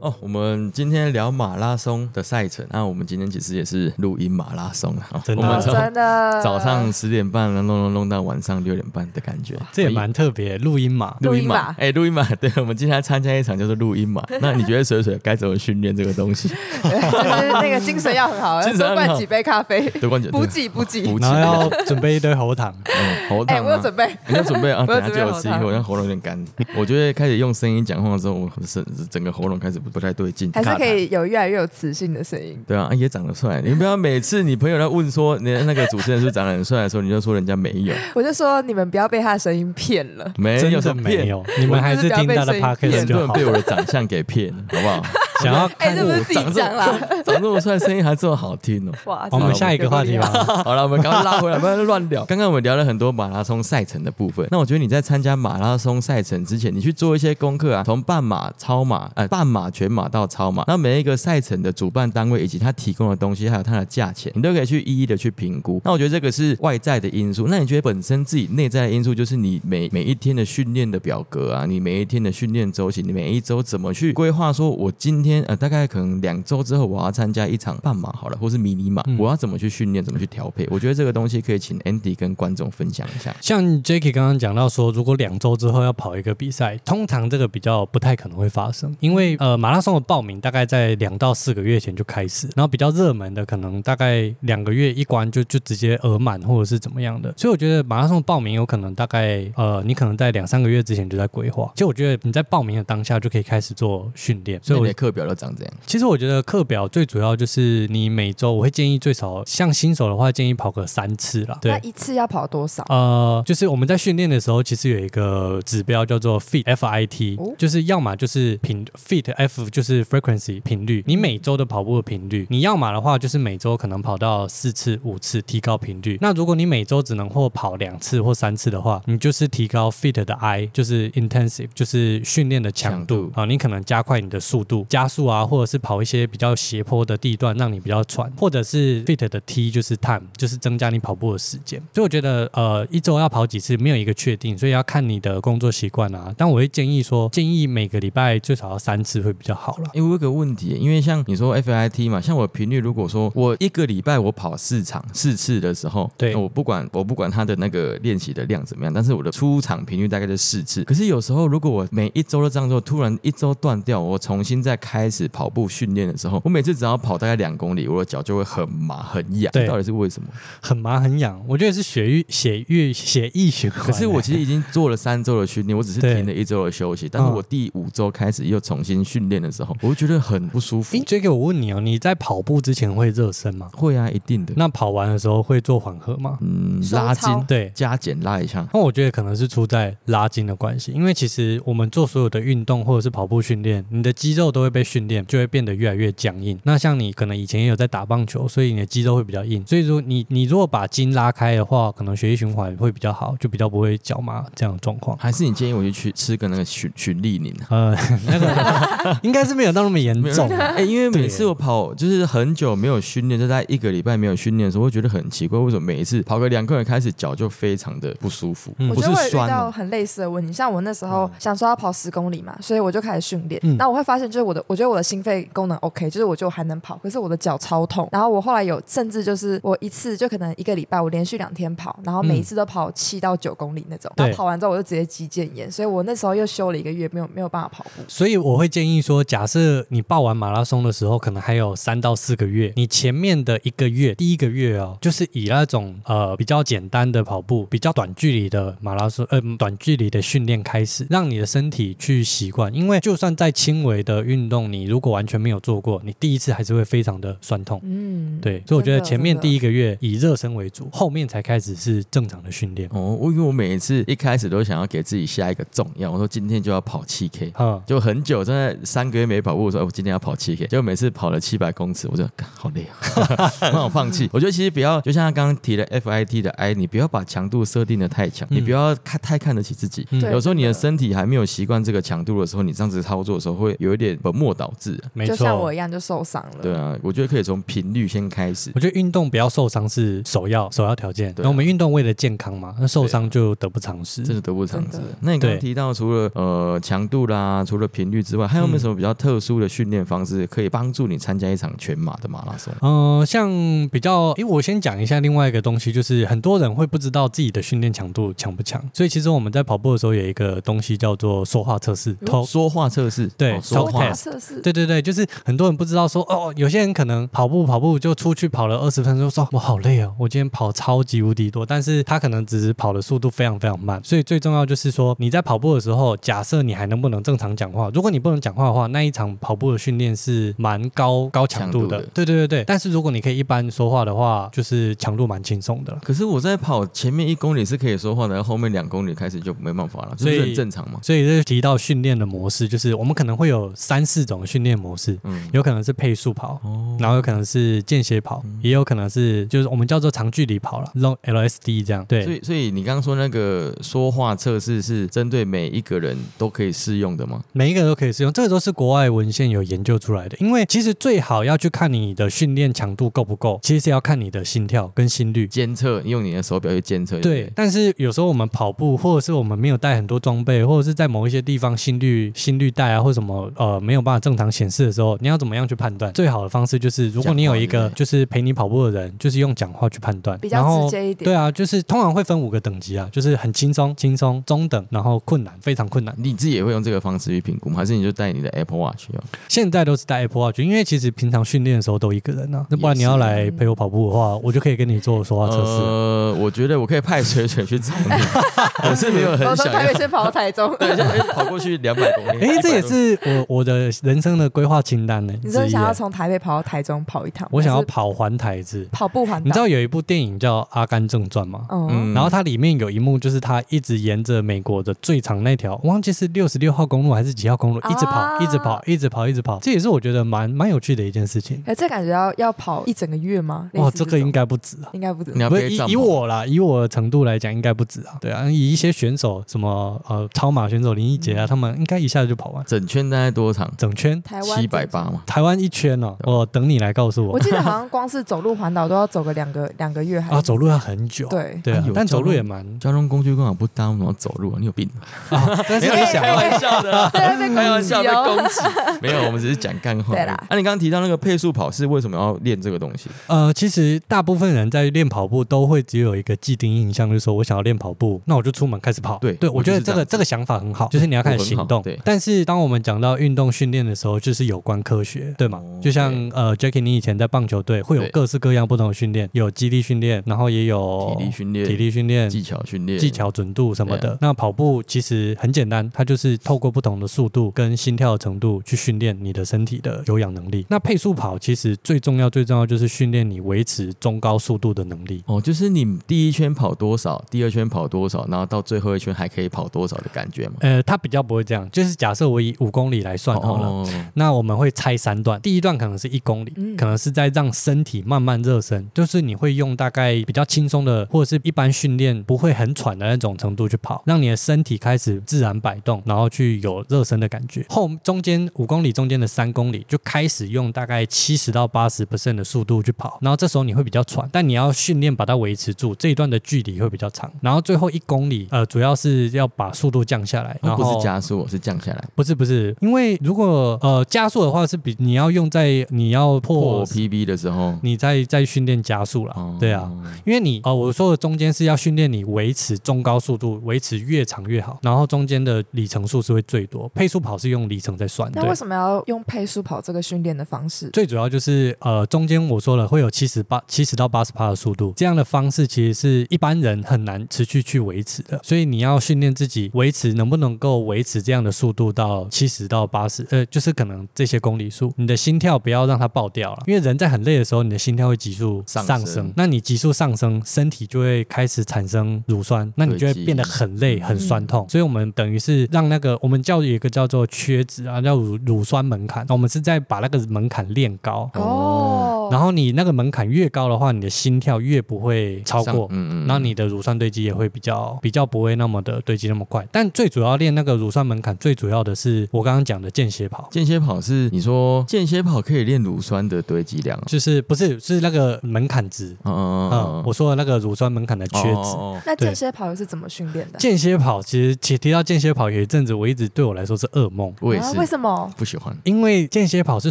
哦，我们今天聊马拉松的赛程，那我们今天其实也是录音马拉松啊，哦
真的
我们
哦
从
真的
早上十点半，然后弄弄弄到晚上六点半的感觉，哎
这也蛮特别。录音嘛，
录音
马
吧，
哎，录音马， 对，我们今天参加一场就是录 音马。那你觉得水水该怎么训练这个东西？
对 就是那个精神要很好，要
精神要
多
很好
灌几杯咖啡，
对，关键
补给补给。
补给
然，后要准备一堆 喉糖。
嗯，喉
哎、
糖
我有
啊。
准备，
你要准备啊，
我
等
有
下
准
就
备
有
喉
吃一口，
糖
但喉咙有点干。我觉得开始用声音讲话之后，我是整个喉咙开始不太对劲。
还是
卡
可以有越来越有磁性的声音。
对啊，啊也长得帅。你不要每次你朋友在问说你那个主持人是不是长得很帅的时候，你就说人家没有，
我就说你们不要被他的声音骗了。
没
真
哎有
的
是
没
骗，
有，你们还是听他的
我就是不要被声音
骗
podcast
很多
就
人
好
被。我的长相给骗，好不好？
想要
哎、
看
这不
我
是，自己讲啦。
长这么帅，声音还这么好听哦。
哇，
我们
真的
下一个话题
有力量。
吧。
好了，我们赶快拉回来，不要乱聊。 刚刚我们聊了很多马拉松赛程的部分，那我觉得你在参加马拉松赛程之前，你去做一些功课啊，从半马、超马、呃半马、全马到超马，那每一个赛程的主办单位以及它提供的东西，还有它的价钱，你都可以去一一的去评估。那我觉得这个是外在的因素，那你觉得本身自己内在的因素，就是你每每一天的训练的表格啊，你每一天的训练周期，你每一周怎么去规划？说我今天呃大概可能两周之后我要参加一场半马好了，或是迷你马，
嗯
我要怎么去训练，怎么去调配？我觉得这个东西可以请 Andy 跟观众分享一下。
像 Jacky 刚刚讲到说，如果两周之后要跑一个比赛，通常这个比较不太可能会发生，因为呃马拉松的报名大概在两到四个月前就开始，然后比较热门的可能大概两个月一关就就直接额满或者是怎么样的，所以我觉得马拉松报名有可能大概呃你可能在两三个月之前就在规划，就我觉得你在报名的当下就可以开始做训练，所
所
以
以
我
你的课表都长这样，
其实我觉得课表最主要就是你每周，我会建议最少像新手的话，建议跑个三次啦。
那
对。
一次要跑多少？
呃，就是我们在训练的时候，其实有一个指标叫做 fit F I T，、
哦
就是要么就是频 fit F 就是 frequency 频率，你每周的跑步的频率，你要么的话就是每周可能跑到四次五次，提高频率。那如果你每周只能或跑两次或三次的话，你就是提高 fit 的 I，就是 intensive，就是训练的强
强
度
度
啊，你可能加快你的速度、加速啊，或者是跑一些比较斜坡的地段，让你比较喘，或者是 fit 的 T 就是 time，就是增加你跑步的时间。所以我觉得，呃，一周要跑几次没有一个确定，所以要看你的工作习惯啊。但我会建议说，建议每个礼拜最少要三次会比较好了。
因为我有个问题，因为像你说 FIT 嘛，像我频率，如果说我一个礼拜我跑四场四次的时候，
对
那我不管我不管他的那个练习的量怎么样，但是我的出场频率大概就四次。可是有时候如果我每一周都这样做，突然一周断掉，我重新再开始跑步训练的时候，我每次只要跑大概两公里，我的脚就会很麻很痒，
对
到底是为什么？
很麻很痒，我觉得是血液血液血液循环欸。
可是我其实已经做了三周的训练，我只是
对
停了一周的休息，但是
嗯
我第五周开始又重新训练的时候，我就觉得很不舒服
诶。，J K，我问你哦，你在跑步之前会热身吗？
会啊，一定的。
那跑完的时候会做缓和吗？
嗯，
收
拉
操
筋，
对，
加减拉一下。
那我觉得可能是出在拉筋的关系，因为其实我们做所有的运动或者是跑步训练，你的肌肉都会被训练，就会变得越来越僵硬。那像你可能以前也有在打棒球，所以你的肌肉会比较硬。所以说你你如果把筋拉开的话，可能血液循环会比较好，就比较不会脚麻这样的状况。
还是你建议我去去吃个那个循循利宁 啊？
呃， 那个应该是没有到那么严
没有
重，啊
哎、因为每次
对
我跑就是很久没有训练，就在一个礼拜没有训练的时候，我会觉得很奇怪，为什么每一次跑个两公里开始脚就非常的不舒服，
嗯
我
不
觉
是
得我也遇
酸、
到
哦。
很类似的问题，像我那时候
嗯
想说要跑十公里嘛，所以我就开始训练
嗯。
那我会发现，就是我的我我觉得我的心肺功能 OK，就是我就还能跑，可是我的脚超痛。然后我后来有，甚至就是我一次就可能一个礼拜，我连续两天跑，然后每一次都跑七到九公里那种。
对
然后跑完之后我就直接肌腱炎，所以我那时候又休了一个月，没有没有办法跑步。
所以我会建议说，假设你报完马拉松的时候，可能还有三到四个月，你前面的一个月，第一个月哦，就是以那种呃比较简单的跑步、比较短距离的马拉松，呃短距离的训练开始，让你的身体去习惯。因为就算再轻微的运动，你如果完全没有做过，你第一次还是会非常的酸痛。
嗯，
对，所以我觉得前面第
一
一个月以热身为主，后面才开始是正常的训练。
哦，我因为我每一次一开始都想要给自己下一个重要，我说今天就要跑七 K，
嗯，
就很久，真的三个月没跑步，我说、哎我今天要跑七 K，结果每次跑了七百公尺，我就干好累啊， 我想放弃。我觉得其实不要，就像他刚刚提的 FIT 的 I，你不要把强度设定的太强，
嗯
你不要看太看得起自己。
嗯
对
有时候你的
真的
身体还没有习惯这个强度的时候，你这样子操作的时候会有一点本末倒置。啊
没
就像我
错
一。样就受伤了。
对啊，我觉得可以从频率先开始
我。觉得运动不要受伤是首要首要条件。
对啊啊
那我们运动为了健康嘛，那受伤就得不偿失。
真的得不偿失
真的。
那你刚
对
刚提到，除了呃强度啦，除了频率之外，还有没有
嗯
什么比较特殊的训练方式可以帮助你参加一场全马的马拉松？
嗯、像比较，因为我先讲一下另外一个东西，就是很多人会不知道自己的训练强度强不强，所以其实我们在跑步的时候有一个东西叫做说话测试，头
说话测试，
对
哦说
我
话
打
podcast
测试，
对对对，就是很多人不知道说哦，有些人可能跑步跑步就出去跑了二十分钟，说我好累哦，我今天跑超级无敌多，但是他可能只是跑的速度非常非常慢，所以最重要就是说你在跑步的时候，假设你还能不能正常讲话，如果你不能讲话的话，那一场跑步的训练是蛮高高强度的
强度的，
对对对对。但是如果你可以一般说话的话，就是强度蛮轻松的。
可是我在跑前面一公里是可以说话的，然后后面两公里开始就没办法了，这
所
不
以
是很正常吗？
所以这就提到训练的模式，就是我们可能会有三四种训练模式，
嗯，
有可能是配速跑，
哦，
然后有可能是间歇跑，
嗯
也有可能是就是我们叫做长距离跑了，long LSD 这样。
所
对，
以所以你刚刚说那个说话测试是针对每一个人都可以适用的吗？
每一个都可以适用，这个都是国外文献有研究出来的。因为其实最好要去看你的训练强度够不够，其实是要看你的心跳跟心率。
监测用你的手表去监测，
对，，但是有时候我们跑步，或者是我们没有带很多装备，或者是在某一些地方心率心率带啊，或者什么呃没有办法正常显示的时候，你要怎么样去判断？最好的方式就是，如果你有一
讲话对
个
不对
就是陪你跑步的人，就是用讲话去判断，
比
然
较
后
直接一点。
对啊，就是通常会分五个等级啊，就是很轻松、轻松、中等，然后困难、非常困难。
你自己也会用这个方式去评估吗？还是你就带你的 Apple Watch 用？
现在都是戴 Apple Watch，因为其实平常训练的时候都一个人啊，那不然你要来陪我跑步的话，我就可以跟你做说话测试。
呃，我觉得我可以派水水去找 你，我是没有
我
很
从
想
台
要
北，先跑到台中。
对，就哎跑过去两百公里。
诶，这
100
也
公里
是我我的人生的规划清单呢、之
哎你真的
一
想
耶
要从台北跑到台中跑一趟？
我想
还
要
是
跑环台子。
跑步环岛。
你知道有一部电影叫《阿甘正传》吗？
嗯，
然后它里面有一幕就是他一直沿着美国的最长那条，忘记是六十六号公路还是几号公路，一直跑，
啊
一直跑，一直跑，一直跑。这也是我觉得蛮蛮有趣的一件事情。
哎，这感觉要要跑一整个月吗？类
哇，
似
这个
种
应该不止啊。
应该不止
你。要
不是
背
以
帐
以
篷
我啦，以我的程度来讲，应该不止啊。对啊，以一些选手，什么呃超马选手林奕
嗯
杰啊，他们应该一下子就跑完
整圈大概多长？
整圈，
台湾
七百，八嘛。
台湾一圈哦。我等你来告诉
我
我
记得好像光是走路环岛都要走个两个两个月还
啊，走路要很久。
对。
对啊
啊有，
但走
交
路
通
也蛮。
交通工具刚好不搭，我们要走路啊，你有 病啊？
但是
没有
你
没有
想
没有
啊，
玩
笑的、
对被攻击哦
开玩笑被攻 击。没有，我们只是讲干话。啊
对啦
那、你刚刚提到那个配速跑是为什么要练这个东西？
呃，其实大部分人在练跑步都会只有一个既定印象，就是说我想要练跑步，那我就出门开始跑。
对
对我
我
觉
就是
得
这
这个
样子
这个想法很好，就是你要开始
我很好
行动。
对
但是当我们讲到运动训练的时候，就是有关科学，对吗？
哦
就像
对
呃，Jackie，你以前在棒球队会有
对
各式各样不同的训练，有肌力训练，然后也有
体力训练、
哦体力训练。
技巧训练、
技巧准度什么的，
对啊
那跑步其实很简单，它就是透过不同的速度跟心跳的程度去训练你的身体的有氧能力。那配速跑其实最重要最重要就是训练你维持中高速度的能力。
哦，就是你第一圈跑多少，第二圈跑多少，然后到最后一圈还可以跑多少的感觉嘛？
呃，它比较不会这样，就是假设我以五公里来算好了。
哦，
那我们会拆三段，第一段可能是一公里，
嗯
可能是在让身体慢慢热身，就是你会用大概比较轻松的，或者是一般训练不会很喘的那种程度去跑，让你的身体开始自然摆动，然后去有热身的感觉。后中间五公里中间的三公里就开始用大概七十到八十 percent 的速度去跑，然后这时候你会比较喘，但你要训练把它维持住，这一段的距离会比较长。然后最后一公里，呃，主要是要把速度降下来，然
那
后
不是加速，是降下来。
不是不是，因为如果果呃加速的话，是比你要用在你要破
破 PB 的时候，
哦你在在训练加速啦。
哦
对啊，因为你呃，我说的中间是要训练你维持中高速度，维持越长越好，然后中间的里程数是会最多，配速跑是用里程在算，
那
对
为。什么要用配速跑这个训练的方式？
最主要就是呃，中间我说了会有七十八、七十到八十帕的速度，这样的方式其实是一般人很难持续去维持的，所以你要训练自己维持能不能够维持这样的速度到七十到八十，呃，就是可能这些公里数，你的心跳不要让它爆掉了，因为人在很累的时候，你的心跳会急速
上
上
升
升，那你急速上升，身体就会开始产生乳酸，那你就会
对
变得
肌
很累、很酸痛，所以我们等于是让那个我们叫有一个叫做缺脂啊，叫乳乳酸门槛，我们是在把那个门槛练高。
哦，
然后你那个门槛越高的话，你的心跳越不会超
上
过，
嗯
然后你的乳酸堆积也会比较比较不会那么的堆积那么快。但最主要练那个乳酸门槛，最主要的是我刚刚讲的间歇跑，
间歇跑是你说间歇跑可以练乳酸的堆积量啊，
就是不是是那个门槛值，
嗯嗯
嗯，我说的那个乳酸门槛的缺值。
哦哦
那
对
间歇跑又是怎么训练的？
间歇跑其实提提到间歇跑有一阵子，我一直对我来说是噩梦。
我也
啊
是
为什么？
不喜欢，
因为间歇跑是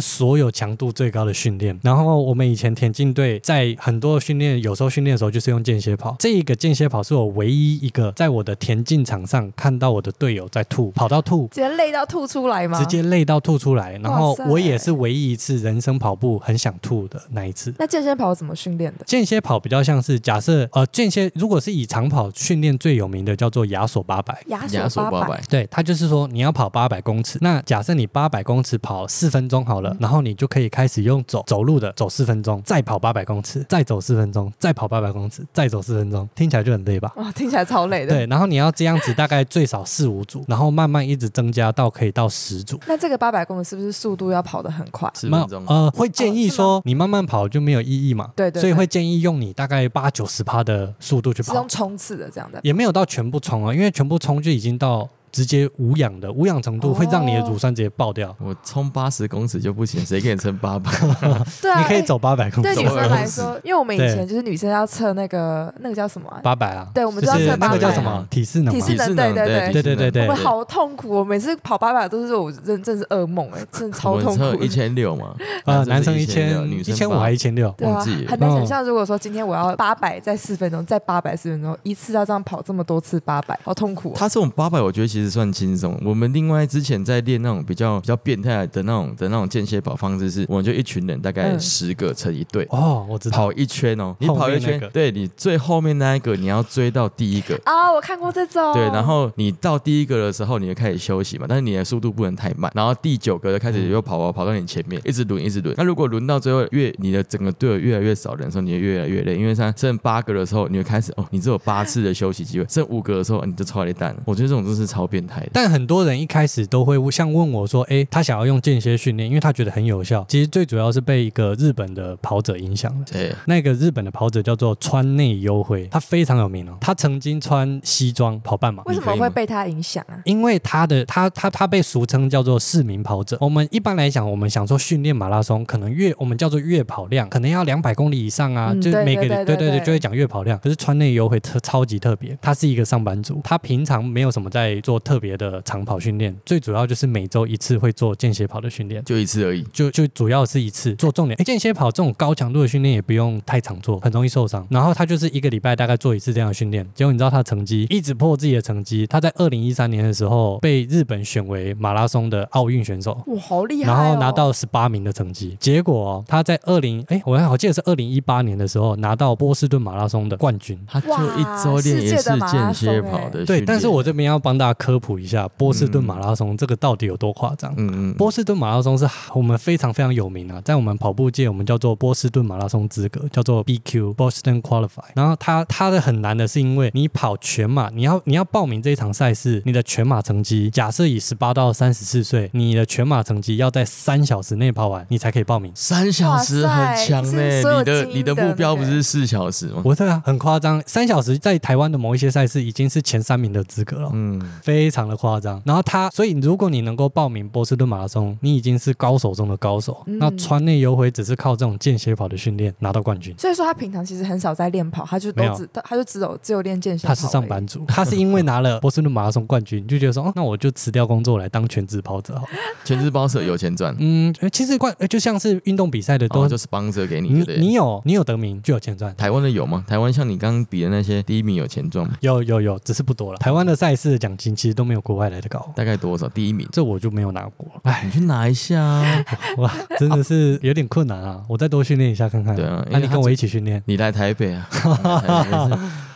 所有强度最高的训练，然后我们以前田径队在很多训练，有时候训练的时候就是用间歇跑。这一个间歇跑是我唯一一个在我的田径场上看到我的队友在吐，跑到吐，
直接累到吐出来吗？
直接累到吐出来。然后
哇塞
我也是唯一一次人生跑步很想吐的那一次。
那健身跑怎么训练的？
间歇跑比较像是假设，呃，间歇如果是以长跑训练最有名的叫做亚索八百，
亚
亚
索
索八
百，
百，
对，它就是说你要跑八百公尺，那假设你八百公尺跑四分钟好
嗯
了，然后你就可以开始用走走路的走四分钟，再跑八百公尺，再走四分钟，再跑八百公尺，再走四分钟，听起来就很累吧？
哇，听起来超累的。
对，然后你要这样子大概最少四五 组，然后慢慢一直增加到可以到十组。
那这个八百公里是不是速度要跑得很快？
四
没有
分钟，
呃，会建议
哦是吗
说你慢慢跑就没有意义嘛，
对对
所以
对
会建议用你大概八九十趴的速度去
是
跑，
用冲刺的这样的。
也没有到全部冲啊，因为全部冲就已经到直接无氧的，无氧程度会让你的
哦
乳酸直接爆掉。
我冲八十公尺就不行，谁给你撑 八百？
对啊，
你可以
哎
走八百 公
对
尺
女，生来
走
说，因为我们以前
对
就是女生要测那个那个叫什么啊、
八百啊，
对我们知
就
道
是
是
那个
800
叫什么体适能
体
嘛
适。能对对对
对对对对
我好痛苦，我每次跑八百都是我真真是噩梦哎、真的
我
超痛
们测
苦
一。千六嘛，啊
呃，男生一
一
千
女
一
生
千五还一千六，
对啊
忘记，了
很难想象，如果说今天我要八百再四分钟，再八百四分钟，一次要这样跑这么多次八百，好痛苦、哦。
他这种八百，我觉得其实算轻松。我们另外之前在练那种比较比较变态的那种的那种间歇跑方式是，我们就一群人大概
嗯
十个成一队。
哦，我知道，
跑一圈哦，你
后
跑一
面那
圈，
个
对你最后面那一个你要追到第一个，
啊，我看过这种。
对，然后你到第一个的时候，你就开始休息嘛，但是你的速度不能太慢。然后第九个就开始又跑跑跑到你前面，一直轮一直轮。那如果轮到最后越你的整个队友越来越少人的时候，你就越来越累，因为像剩八个的时候，你就开始哦，你只有八次的休息机会，剩五个的时候你就超累蛋了。我觉得这种真是超变态的。
但很多人一开始都会像问我说：“诶，他想要用间歇训练，因为他觉得很有效。”其实最主要是被一个日本的跑者影响了。
对，
那个日本的跑者叫做川内优辉，他非常有名哦。他曾经穿西装跑半马，
为什
你
么
可以
会
吗
被他影响啊？
因为他的他他他被俗称叫做市民跑者。我们一般来讲，我们想说训练马拉松，可能月我们叫做月跑量，可能要两百公里以上啊，
嗯
就是
对
每个
对
对
对
对，
对
就会讲月跑量。可是川内优惠特超级特别，他是一个上班族，他平常没有什么在做特别的长跑训练，最主要就是每周一次会做间歇跑的训练。
就一次而已。
就就主要是一次做重点。诶间歇跑这种高强度的训练也不用太常做，很容易受伤。然后他就是一个礼拜大概做一次这样的训练，结果你知道他的成绩一直破自己的成绩。他在二零一三年的时候被日本选为马拉松的奥运选手。
哇，好厉害、哦！
然后拿到十八名的成绩，结果、哦、他在二零哎，我好记得是二零一八年的时候拿到波士顿马拉松的冠军。
他就一周练一次间歇跑的训练
对，但是我这边要帮大家科普一下波士顿马拉松这个到底有多夸张。
嗯嗯，
波士顿马拉松是我们非常非常有名啊，在我们跑步界，我们叫做波士顿马拉松资格，叫做 BQ Boston Qualify。然后它它的很难的是，因为你跑全马，你要你要报名这一场赛事，你的全马成绩，假设以十八到三十四岁，你的全马成绩要在三小时内跑完，你才可以报名。
三小时很强
哇塞
呢、
是所有
你的
精英
你的
的
目标
那
不
个
是四小时吗？
我这个很夸张，三小时在台湾的某一些赛事已经是前三名的资格了，
嗯，
非非常的夸张。然后他，所以如果你能够报名波士顿马拉松，你已经是高手中的高手。
嗯
那川内优辉只是靠这种间歇跑的训练拿到冠军。
所以说他平常其实很少在练跑，他就
没
都
有
只他他就只有只有练健身。
他是上班，族，他是因为拿了波士顿马拉松冠军，就觉得说，哦，那我就辞掉工作来当全职跑者好了。
全职包社有钱赚，
嗯，呃其实冠呃就像是运动比赛的
然后
都，
哦就 sponsor 给你，
你
对不对？
你有你有得名就有钱赚。
台湾的有吗？台湾像你刚刚比的那些第一名有钱赚吗？
有有有，只是不多了。台湾的赛事的奖金其实都没有国外来的高，
大概多少？第一名，
这我就没有拿过。哎，
你去拿一下 啊！
哇，真的是有点困难啊！我再多训练一下看看。
对啊因为
那你
他
跟我一起训练。
你来台北 啊！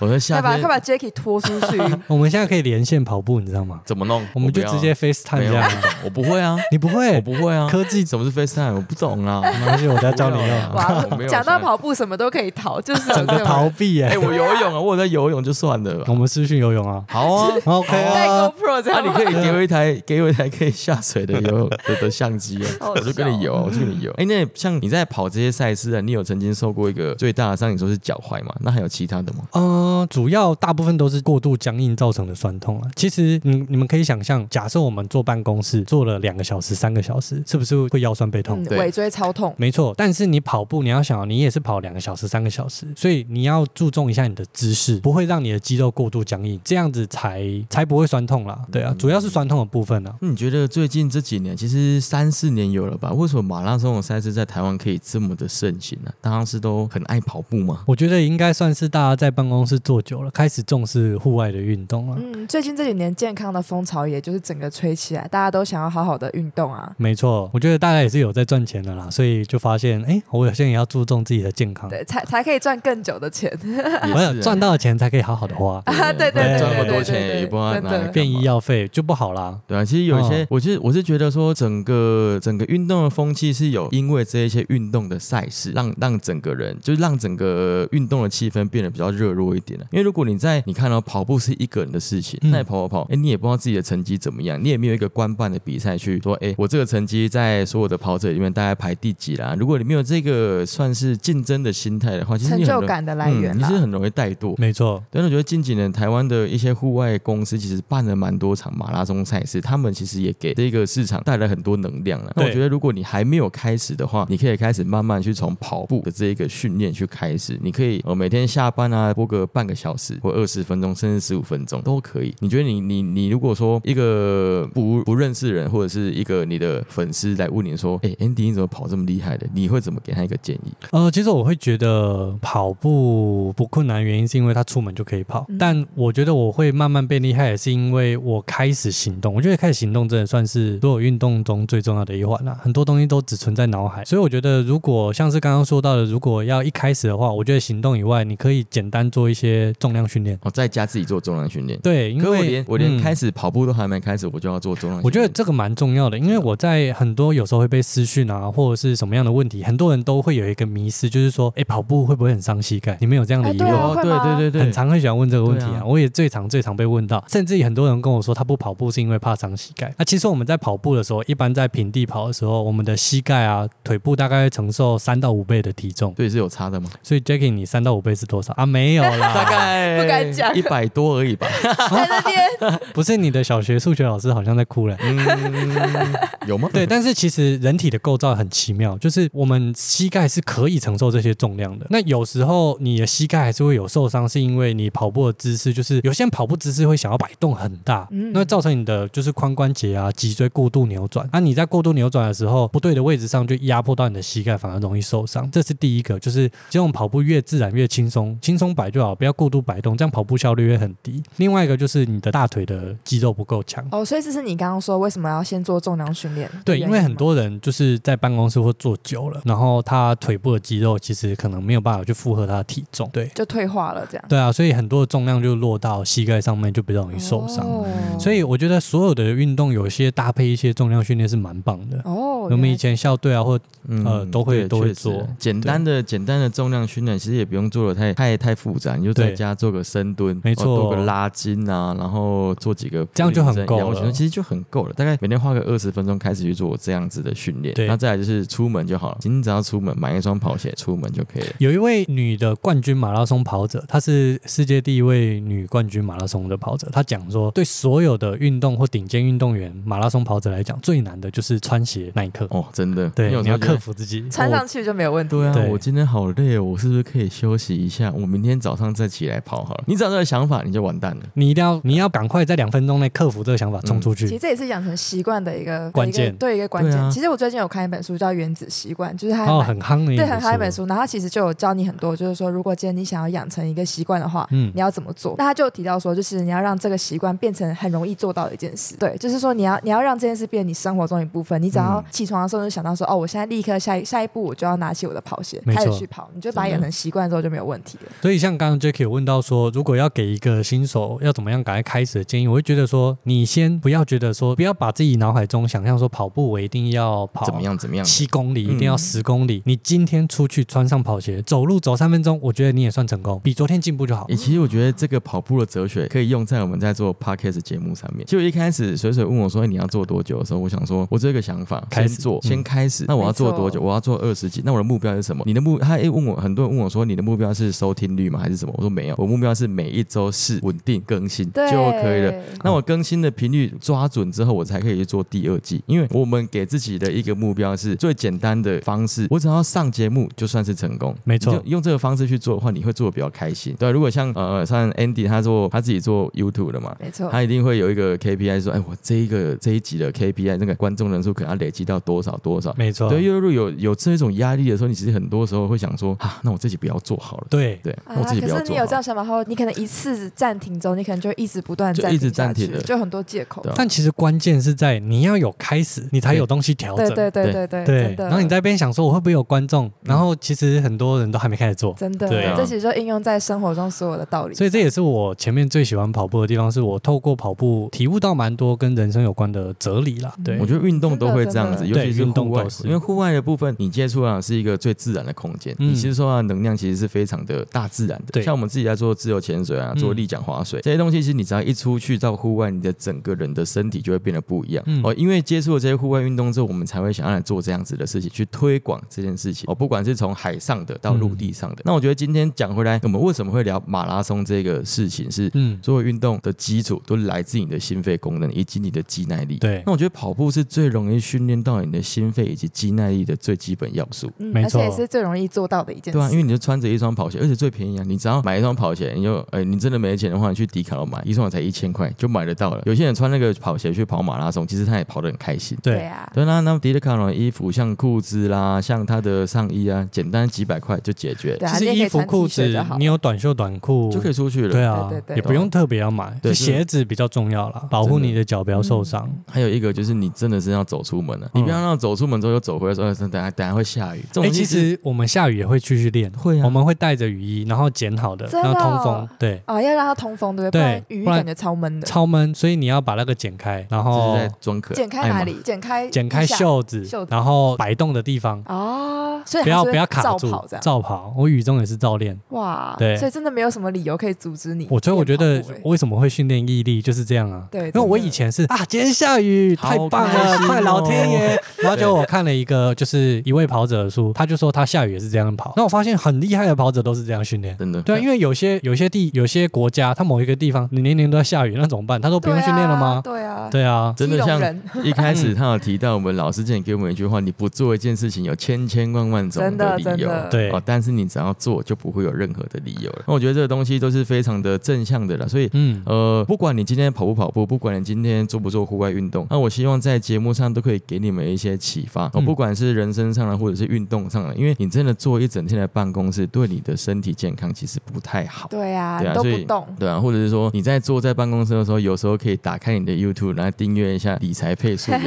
我说夏
快把
天
快把 Jacky 拖出去，
我们现在可以连线跑步，你知道吗？
怎么弄？
我们就
不要啊
直接
没
FaceTime
有
这样。，
我不会啊，
你不
我
会？
不会啊。
科技哎
什么是 FaceTime？我不懂 啊。
没关系，我再教你
没有
用。
啊
哇
我没，有
讲到
想
跑步什么都可以逃，就是有
整
这
个
种
哦逃避
哎，
耶！
我游泳啊，我有在游泳就算 了吧
我。们私讯游泳啊。
好啊，
OK
带
啊，
GoPro 这
那
样
你
吗，
可以给我一台，给我一台可以下水的游泳的的相机啊，
好
我就跟你游啊，我就跟你游。哎，那像你在跑这些赛事啊，你有曾经受过一个最大的伤，你说是脚踝嘛？那还有其他的吗？
嗯、主要大部分都是过度僵硬造成的酸痛啊。其实你你们可以想象，假设我们坐办公室坐了两个小时、三个小时，是不是会腰酸背痛？
嗯，
对
尾椎超痛，
没错，但是你跑步，你要想，你也是跑两个小时、三个小时，所以你要注重一下你的姿势，不会让你的肌肉过度僵硬，这样子才才不会酸痛啦。对
嗯
啊，主要是酸痛的部分啊。
那你觉得最近这几年，其实三四年有了吧？为什么马拉松的赛事在台湾可以这么的盛行呢、大家是都很爱跑步 吗？
我觉得应该算是大家在办公室坐久了，开始重视户外的运动了。
嗯，最近这几年健康的风潮，也就是整个吹起来，大家都想要好好的运动啊。
没错，我觉得大家也是有在赚钱的啦，所以就发现，哎，我有些人也要注重自己的健康，
对，才才可以赚更久的钱，
也
我
是
想
欸
赚到的钱才可以好好的花，
啊对对
对
赚那么
对
多
对对
钱也不知道
真
拿
的
来干嘛
便啊医药费就不好啦。
对啊，其实有一些，
哦
我其实我是觉得说，整个整个运动的风气是有因为这一些运动的赛事，让让整个人就是让整个运动的气氛变得比较热络一点了。因为如果你在你看到、跑步是一个人的事情，
嗯
那你跑跑跑，哎，你也不知道自己的成绩怎么样，你也没有一个官办的比赛去说，哎，我这个成绩在所有的跑者里面大概排第几啦。如果你没有这个算是竞争的心态的话，其实
成
你很
就
容易
感的来源啊
嗯，你
啦。
是很容易怠惰。
没错，
对，那我觉得近几年台湾的一些户外公司其实办了蛮多场马拉松赛事，他们其实也给这个市场带来很多能量了。那我
对
觉得如果你还没有开始的话，你可以开始慢慢去从跑步的这一个训练去开始。你可以呃每天下班啊播个半个小时或二十分钟，甚至十五分钟都可以。你觉得你你你如果说一个不不认识的人或者是一个你的粉丝来问你说，哎、a n d y 你怎么跑这么厉害的？你会怎么给他一个建议？
呃，其实我会觉得跑步不困难，原因是因为他出门就可以跑。
嗯
但我觉得我会慢慢变厉害，也是因为我开始行动。我觉得开始行动真的算是所有运动中最重要的一环啦、很多东西都只存在脑海，所以我觉得如果像是刚刚说到的，如果要一开始的话，我觉得行动以外，你可以简单做一些重量训练。
哦，在家自己做重量训练。
对，因
可
为
我连我连
嗯
开始跑步都还没开始，我就要做重量训练。
我觉得这个蛮重要的，因为我在很多有时候会被私讯啊，或者是什么样的问题，很多人都会有一个迷思，就是说，哎，跑步会不会很伤膝盖？你们有这样的
哎
疑
对
问？
啊
有，
会
对
吗
对对对，
很常会喜欢问这个问题
对
啊
啊，
我也最常最常被问到，甚至很多人跟我说他不跑步是因为怕伤膝盖。那其实我们在跑步的时候，一般在平地跑的时候，我们的膝盖啊、腿部大概会承受三到五倍的体重。
对，是有差的 吗？
所以 Jackie，你三到五倍是多少啊？没有
大
啦，
概
不敢讲
一百多而已 吧。
在那边，
不是你的小学数学老师好像在哭了。
嗯，有吗？
对，但是其实人体的构造很奇妙，就是我们膝盖是可以承受这些重量的。那有时候你的膝盖还是会有受伤，是因为你跑步的姿势，就是有些人跑步姿势会想要摆动很大，
嗯
那会造成你的就是髋关节啊、脊椎过度扭转。那、你在过度扭转的时候，不对的位置上就压迫到你的膝盖，反而容易受伤。这是第一个，就是这种跑步越自然越轻松，轻松摆就好，不要过度摆动，这样跑步效率会很低。另外一个就是你的大腿的肌肉不够强。
哦，所以这是你刚刚说为什么要先做重量训练？
对，因为很多人就是在办公室或坐久了，然后他腿部的肌肉其实可能没有办法去负荷他的体重。对，
就退化了这样，
对啊，所以很多的重量就落到膝盖上面，就比较容易受伤。
哦
所以我觉得所有的运动有一些搭配一些重量训练是蛮棒的。
哦，
我们
原
以
来
前校队啊，或
嗯
呃都会
对
都会
确实
做
简单的简单的重量训练，其实也不用做的太太太复杂，你就在在
对
家做个深蹲，
没错
哦做个拉筋啊，然然后做几个
这样就很够了
仰卧起坐其实就很够了。大概每天花个二十分钟开始去做这样子的训练，
对
那再来就是出门就好了，今天只要出门买一双跑鞋出门就可以了。
有一位女的冠军马拉松跑者，她是世界第一位女冠军马拉松的跑者。她讲说，对所有的运动或顶尖运动员、马拉松跑者来讲，最难的就是穿鞋那一刻。
哦，真的，
对，
有
你
时候
要
觉得
克服自己。
穿上
我
去就没有问题。
对啊，
对
我今天好累哦，我是不是可以休息一下？我明天早上再起来跑好了。你只要有这个想法，你就完蛋了。
你一定要，你要赶快在两分钟内克服这个想法，冲出去。
其实这也是养成习惯的一个
关键
一个对一个关
对啊
键。其实我最近有看一本书叫《原子习惯》，就是嗯它还
哦，
蛮
很
嗯
夯的一
对
本
很好一本
书。
书，然后它其实就有教你很多，就是说，如果今天你想要养成一个习惯的话，
嗯
你要怎么做？那他就有提到说，就是你要让这个习惯变成很容易做到的一件事。对，就是说你要你要让这件事变成你生活中一部分。你只
嗯
要起床的时候就想到说，哦，我现在立刻下一下一步我就要拿起我的跑鞋
没错
开始去跑，你就把它养成习惯之后就没有问题了。
所以像刚刚 Jacky 有问到说，如果要给一个新手要怎么样赶快开始的建议，我会觉得说，你先不要觉得说，不要把自己脑海中想象说跑步我一定要跑
怎么样？ 怎么样？
七公里，一
嗯
定要十公里。你今天出去穿上跑鞋，走路走三分钟，我觉得你也算成功，比昨天进步就好
欸，。其实我觉得这个跑步的哲学可以用在我们在做 podcast 节目上面。就一开始水水问我说欸：“你要做多久？”的时候，我想说，我只有一个想法，
开
先
始
做，
嗯
先开始。那我要做多久？
没
我要做二十几。那我的目标是什么？你的目，他欸问我，很多人问我说：“你的目标是收听率吗？还是什么？”我说没有，我目标是每一周是稳定更新
对，
就可以了。那我更新的频率抓准之后，我才可以去做第二季。因为我们给自己的一个目标是最简单的方式，我只要上节目就算是成功。
没错
你就用这个方式去做的话，你会做的比较开心。对啊，如果像呃像 Andy 他做他自己做 YouTube 的嘛。
没错，
他一定会有一个 KPI，说，哎，我这一个这一集的 KPI，那个观众人数可能要累积到多少多少。
没错，
对，因为如果有有这种压力的时候，你其实很多时候会想说，啊，那我自己不要做好了。
对
对，
啊
我，自己
可
不要
是你
做好
有
了。
这样想法后，你可能一次暂停之后，你可能就一直不断
就
暂
一直
停下
暂停
去
了
就很多借口
对。啊
但其实关键是在你要有开始，你才有东西调
对
整。
对对
对
对对，
对
真，的。嗯
然后你在那边想说我会不会有观众，然后其实很多人都还没开始做。
真的，
对啊
这其实就应用在生活中所有的道理。
所以这也是我前面最喜欢跑步的地方，是我透过跑步体悟到蛮多跟人生有关的哲理啦。对
嗯
我，觉得运动都会这样子，
真
尤
的
其是
对运
户
动
外
都，是
因为户外的部分你接触到的是一个最自然的空间，
嗯
你吸收到的能量其实是非常的大自然的。
对
像我们自己在做自由潜水啊，
嗯
做立桨划水、这些东西，其实你只要一出去到户外，你的整个人的身体就会变得不一样、
嗯
哦。因为接触了这些户外运动之后，我们才会想要来做这样子的事情，去推广这件事情哦，不管是从海上的到陆地
嗯
上的。那我觉得今天讲回来，我们为什么会聊马拉松这个事情是
嗯，
所有运动的基础都来自你的心肺功能以及你的肌耐力。
对
嗯
那我觉得跑步是最容易训练到你的心肺以及肌耐力的最基本要素。
嗯
没
而且
错
也是最容易做到的一件事。
对啊，因为你就穿着一双跑鞋，而且最便宜啊！你只要买一双跑鞋，你就，呃，你真的没钱的话，你去迪卡侬买一双才一千块就买得到了。有些人穿那个跑鞋去跑马拉松，其实他也跑得很开心。
对
对，
啊，
对啦，那迪卡侬的衣服，像裤子啦，像他的上衣啊，简单几百块就解决了，
对啊，
其实
你也
衣
可以
服、
穿
裤
T 恤就
子
好，
你有短袖、短裤
就可以出去了。
对啊，
对对对
也不用特别要买，
对就
就
是
鞋子比较重要啦，保护
真的嗯
你的脚不要受伤。
还有一个就是你真的是要走出门了、
嗯
你不要让走出门之后又走回来说，呃等下等下会下雨。这种
哎、
东西
其
是
实我们下雨也会去去练，
会啊
我们会带着雨衣，然后剪好的，
真
然
的
后
哦
通风，对，
啊，要让它通风，对不
对
对？不然雨衣
不然
感觉超闷的。
超闷，所以你要把那个剪开，
这
然后
是在装可爱，
剪开哪？里？剪开
哎剪开袖子，
袖子
然后摆动的地方，
啊，所以
不
它
要
是
不要卡
照
住
跑这，样。
照跑。我雨中也是照练，
哇，
对
所以真的没有什么理由可以阻止你。
我所以我觉得
练跑步欸
为什么会训练毅力就是这样啊。
对，
因为我
真的
以前是啊，今天下雨，
好
太棒了
开，心哦
快老天爷！然后就我看了一个，就是一位跑者的书，他就说他下雨也是这样跑。那我发现很厉害的跑者都是这样训练。
真的
对啊，因为有些有些地有些国家，它某一个地方你年年都在下雨，那怎么办？他都不用训练了吗？
对啊，
对啊，
真的
基隆
像
人
一开
嗯
始他有提到我们老师之前给我们一句话：你不做一件事情，有千千万万种
真的
理
真
由
的。
对
哦，但是你只要做，就不会有任何的理由了。那我觉得这个东西都是非常的正向的了，所以。
嗯，
呃，不管你今天跑不跑步，不管你今天做不做户外运动，那我希望在节目上都可以给你们一些启发。哦，
嗯
不管是人生上的，或者是运动上的，因为你真的坐一整天的办公室，对你的身体健康其实不太好。
对啊，
对啊
你都
所
不
以
动，
对啊，或者是说你在坐在办公室的时候，有时候可以打开你的 YouTube，然后订阅一下理财 配速表。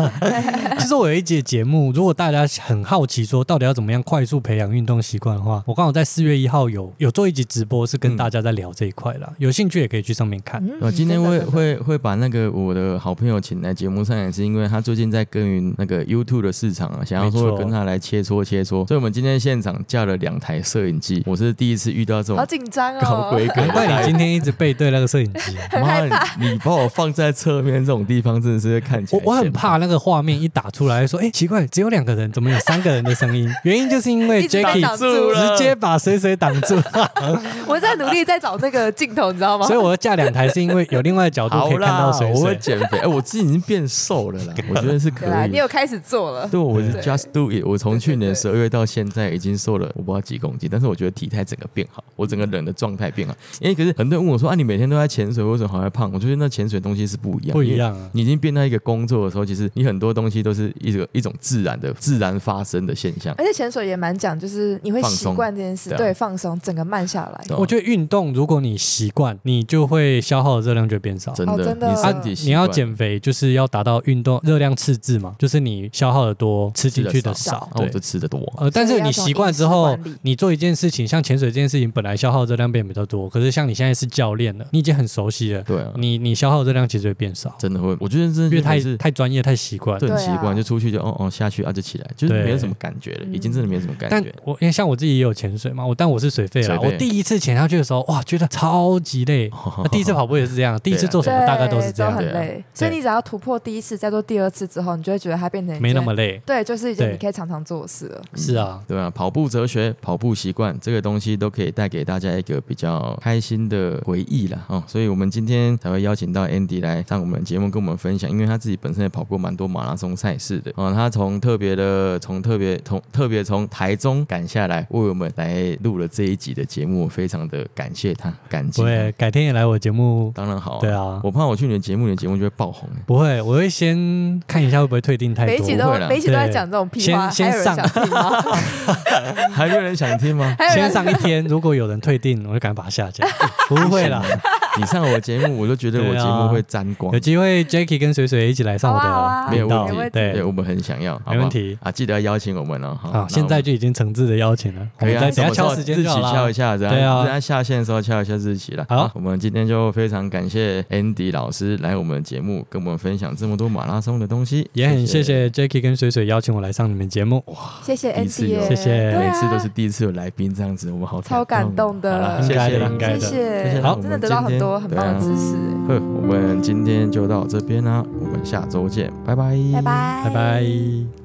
其实我有一节节目，如果大家很好奇说到底要怎么样快速培养运动习惯的话，我刚好在四月一号有有做一集直播，是跟大家在聊这一块啦，有兴趣也可以去上面看。
嗯
我哦今天
真的
会
真的
会会把那个我的好朋友请来节目上，也是因为他最近在耕耘那个 YouTube 的市场啊，想要
没错
说跟他来切磋切磋，所以我们今天现场架了两台摄影机，我是第一次遇到这
好
种
紧张哦，
高规格
难怪
的
你今天一直背对那个摄影机。
妈，你你把我放在侧面这种地方，真的是会看起
我
来
我很
显摆
怕那个画面一打出来，说：“哎、奇怪，只有两个人，怎么有三个人的声音？”原因就是因为
一直被
Jacky
挡住
了
直接把水水挡住，
我在努力在找那个镜头，你知道吗
所？以我要架两台是因为有另外的角度
好
可以看到
啦，
水
我会
水。
减肥，哎，我自己已经变瘦了 啦，我觉得是可
对啦，
以
你
的。
有开始做了，
对，我是
对
just do it。我从去年
对
十二月到现在已经瘦了，我不知道几公斤，但是我觉得体态整个变好，我
嗯
整个人的状态变好。因为可是很多人问我说啊，你每天都在潜水，为什么还会胖？我觉得那潜水东西是不一样，
不一
因为
样啊
你已经变到一个工作的时候，其实你很多东西都是一个一种自然的、自然发生的现
哎
象。
而且潜水也蛮讲，就是你会
放
习
松
惯这件事，
对啊
对，放松，整个慢下来。
对啊
我觉得运动，如果你习惯，你就会消耗的热量就会变少。
真
哦
的，
真的
你身体习
你要
惯
减肥，就是要达到运动热量赤字嘛，就是你消耗的多，吃进去的
得
吃
少
少。
啊，我
对
就，吃的多。
呃，但是你习惯之
所以
后
要从饮食管理，
你做一件事情，像潜水这件事情，本来消耗热量变比较多，可是像你现在是教练了，你已经很熟悉了，
对啊，
你你消耗热量其实会变少，
真的会，我觉得真
因
的
为太
是
太专业太习惯。
这很
对
习
啊
惯，就出去就哦哦下去啊就起来，就是
对
没有什么感觉
嗯
了，已 经真的没有什么感
但
觉。
我因为像我自己也有潜水嘛，我但我是水肺啦。
水
我
肺哦
第一次潜下去的时候，哇，觉得超级累。那第一次跑步也是这样，第
啊
一次做什么
对
大概都是这样
很，
对啊
累。所以你只要突破第一次，再做第二次之后，你就会觉得它变成一
没那
件
么累。
对，就是一件
对
你可以常常做的事了。
是啊，
对啊，跑步哲学、跑步习惯这个东西都可以带给大家一个比较开心的回忆啦。哦，所以我们今天才会邀请到 Andy 来上我们节目跟我们分享，因为他自己本身也跑过蛮多马拉松赛事的哦，他从特别的从特别从特别从台中赶下来为我们来录了这一集的节目，我非常的感谢他，感激他。
对，改天也来我节目。
当然好、
对啊
我怕我去你的节目，你的节目就会爆 红、
不会，我会先看一下会不会退订太
每一
多
集。都
不会啦
每一集都在
对
讲这种屁话，还
先
有人
先
想 听吗？
还有人想听吗？
还有
先
人
上一天，如果有人退订，我就赶快把它下 架。不会 啦，
你上我的节目，我都觉得
啊
我节目会沾光
有。机会 Jacky 跟水水一起来上我
好啊好
的
啊
没有
频道
问题，。
对
对，我们很想要，好不好
没问题
啊！记得要邀请我们哦。好
好，现在就已已经诚挚的邀请了，
那我们可以
我
啊，
们再等
什么
一下敲
时候
时间
日
就好
期
了。
敲一下，等
对啊
下等下下线的时候敲一下日期了。
好
我们今天就非常感谢 Andy 老师来我们节目，跟我们分享这么多马拉松的东西，
也很谢。谢 Jacky 跟水水邀请我来上你们节目。
谢谢
第一次
Andy，
有
耶
谢谢
对啊
每次都是第一次有来宾这样子，我们好哦
超感动的
好啦
应
谢
该
谢
的
啦，
应该的啊
谢
谢
谢，
啦
真的得到很多
我
很
们今天
棒的知识，
呵，啊我们今天就到这边啦，我们下周见，拜拜，
哎拜拜，
拜拜。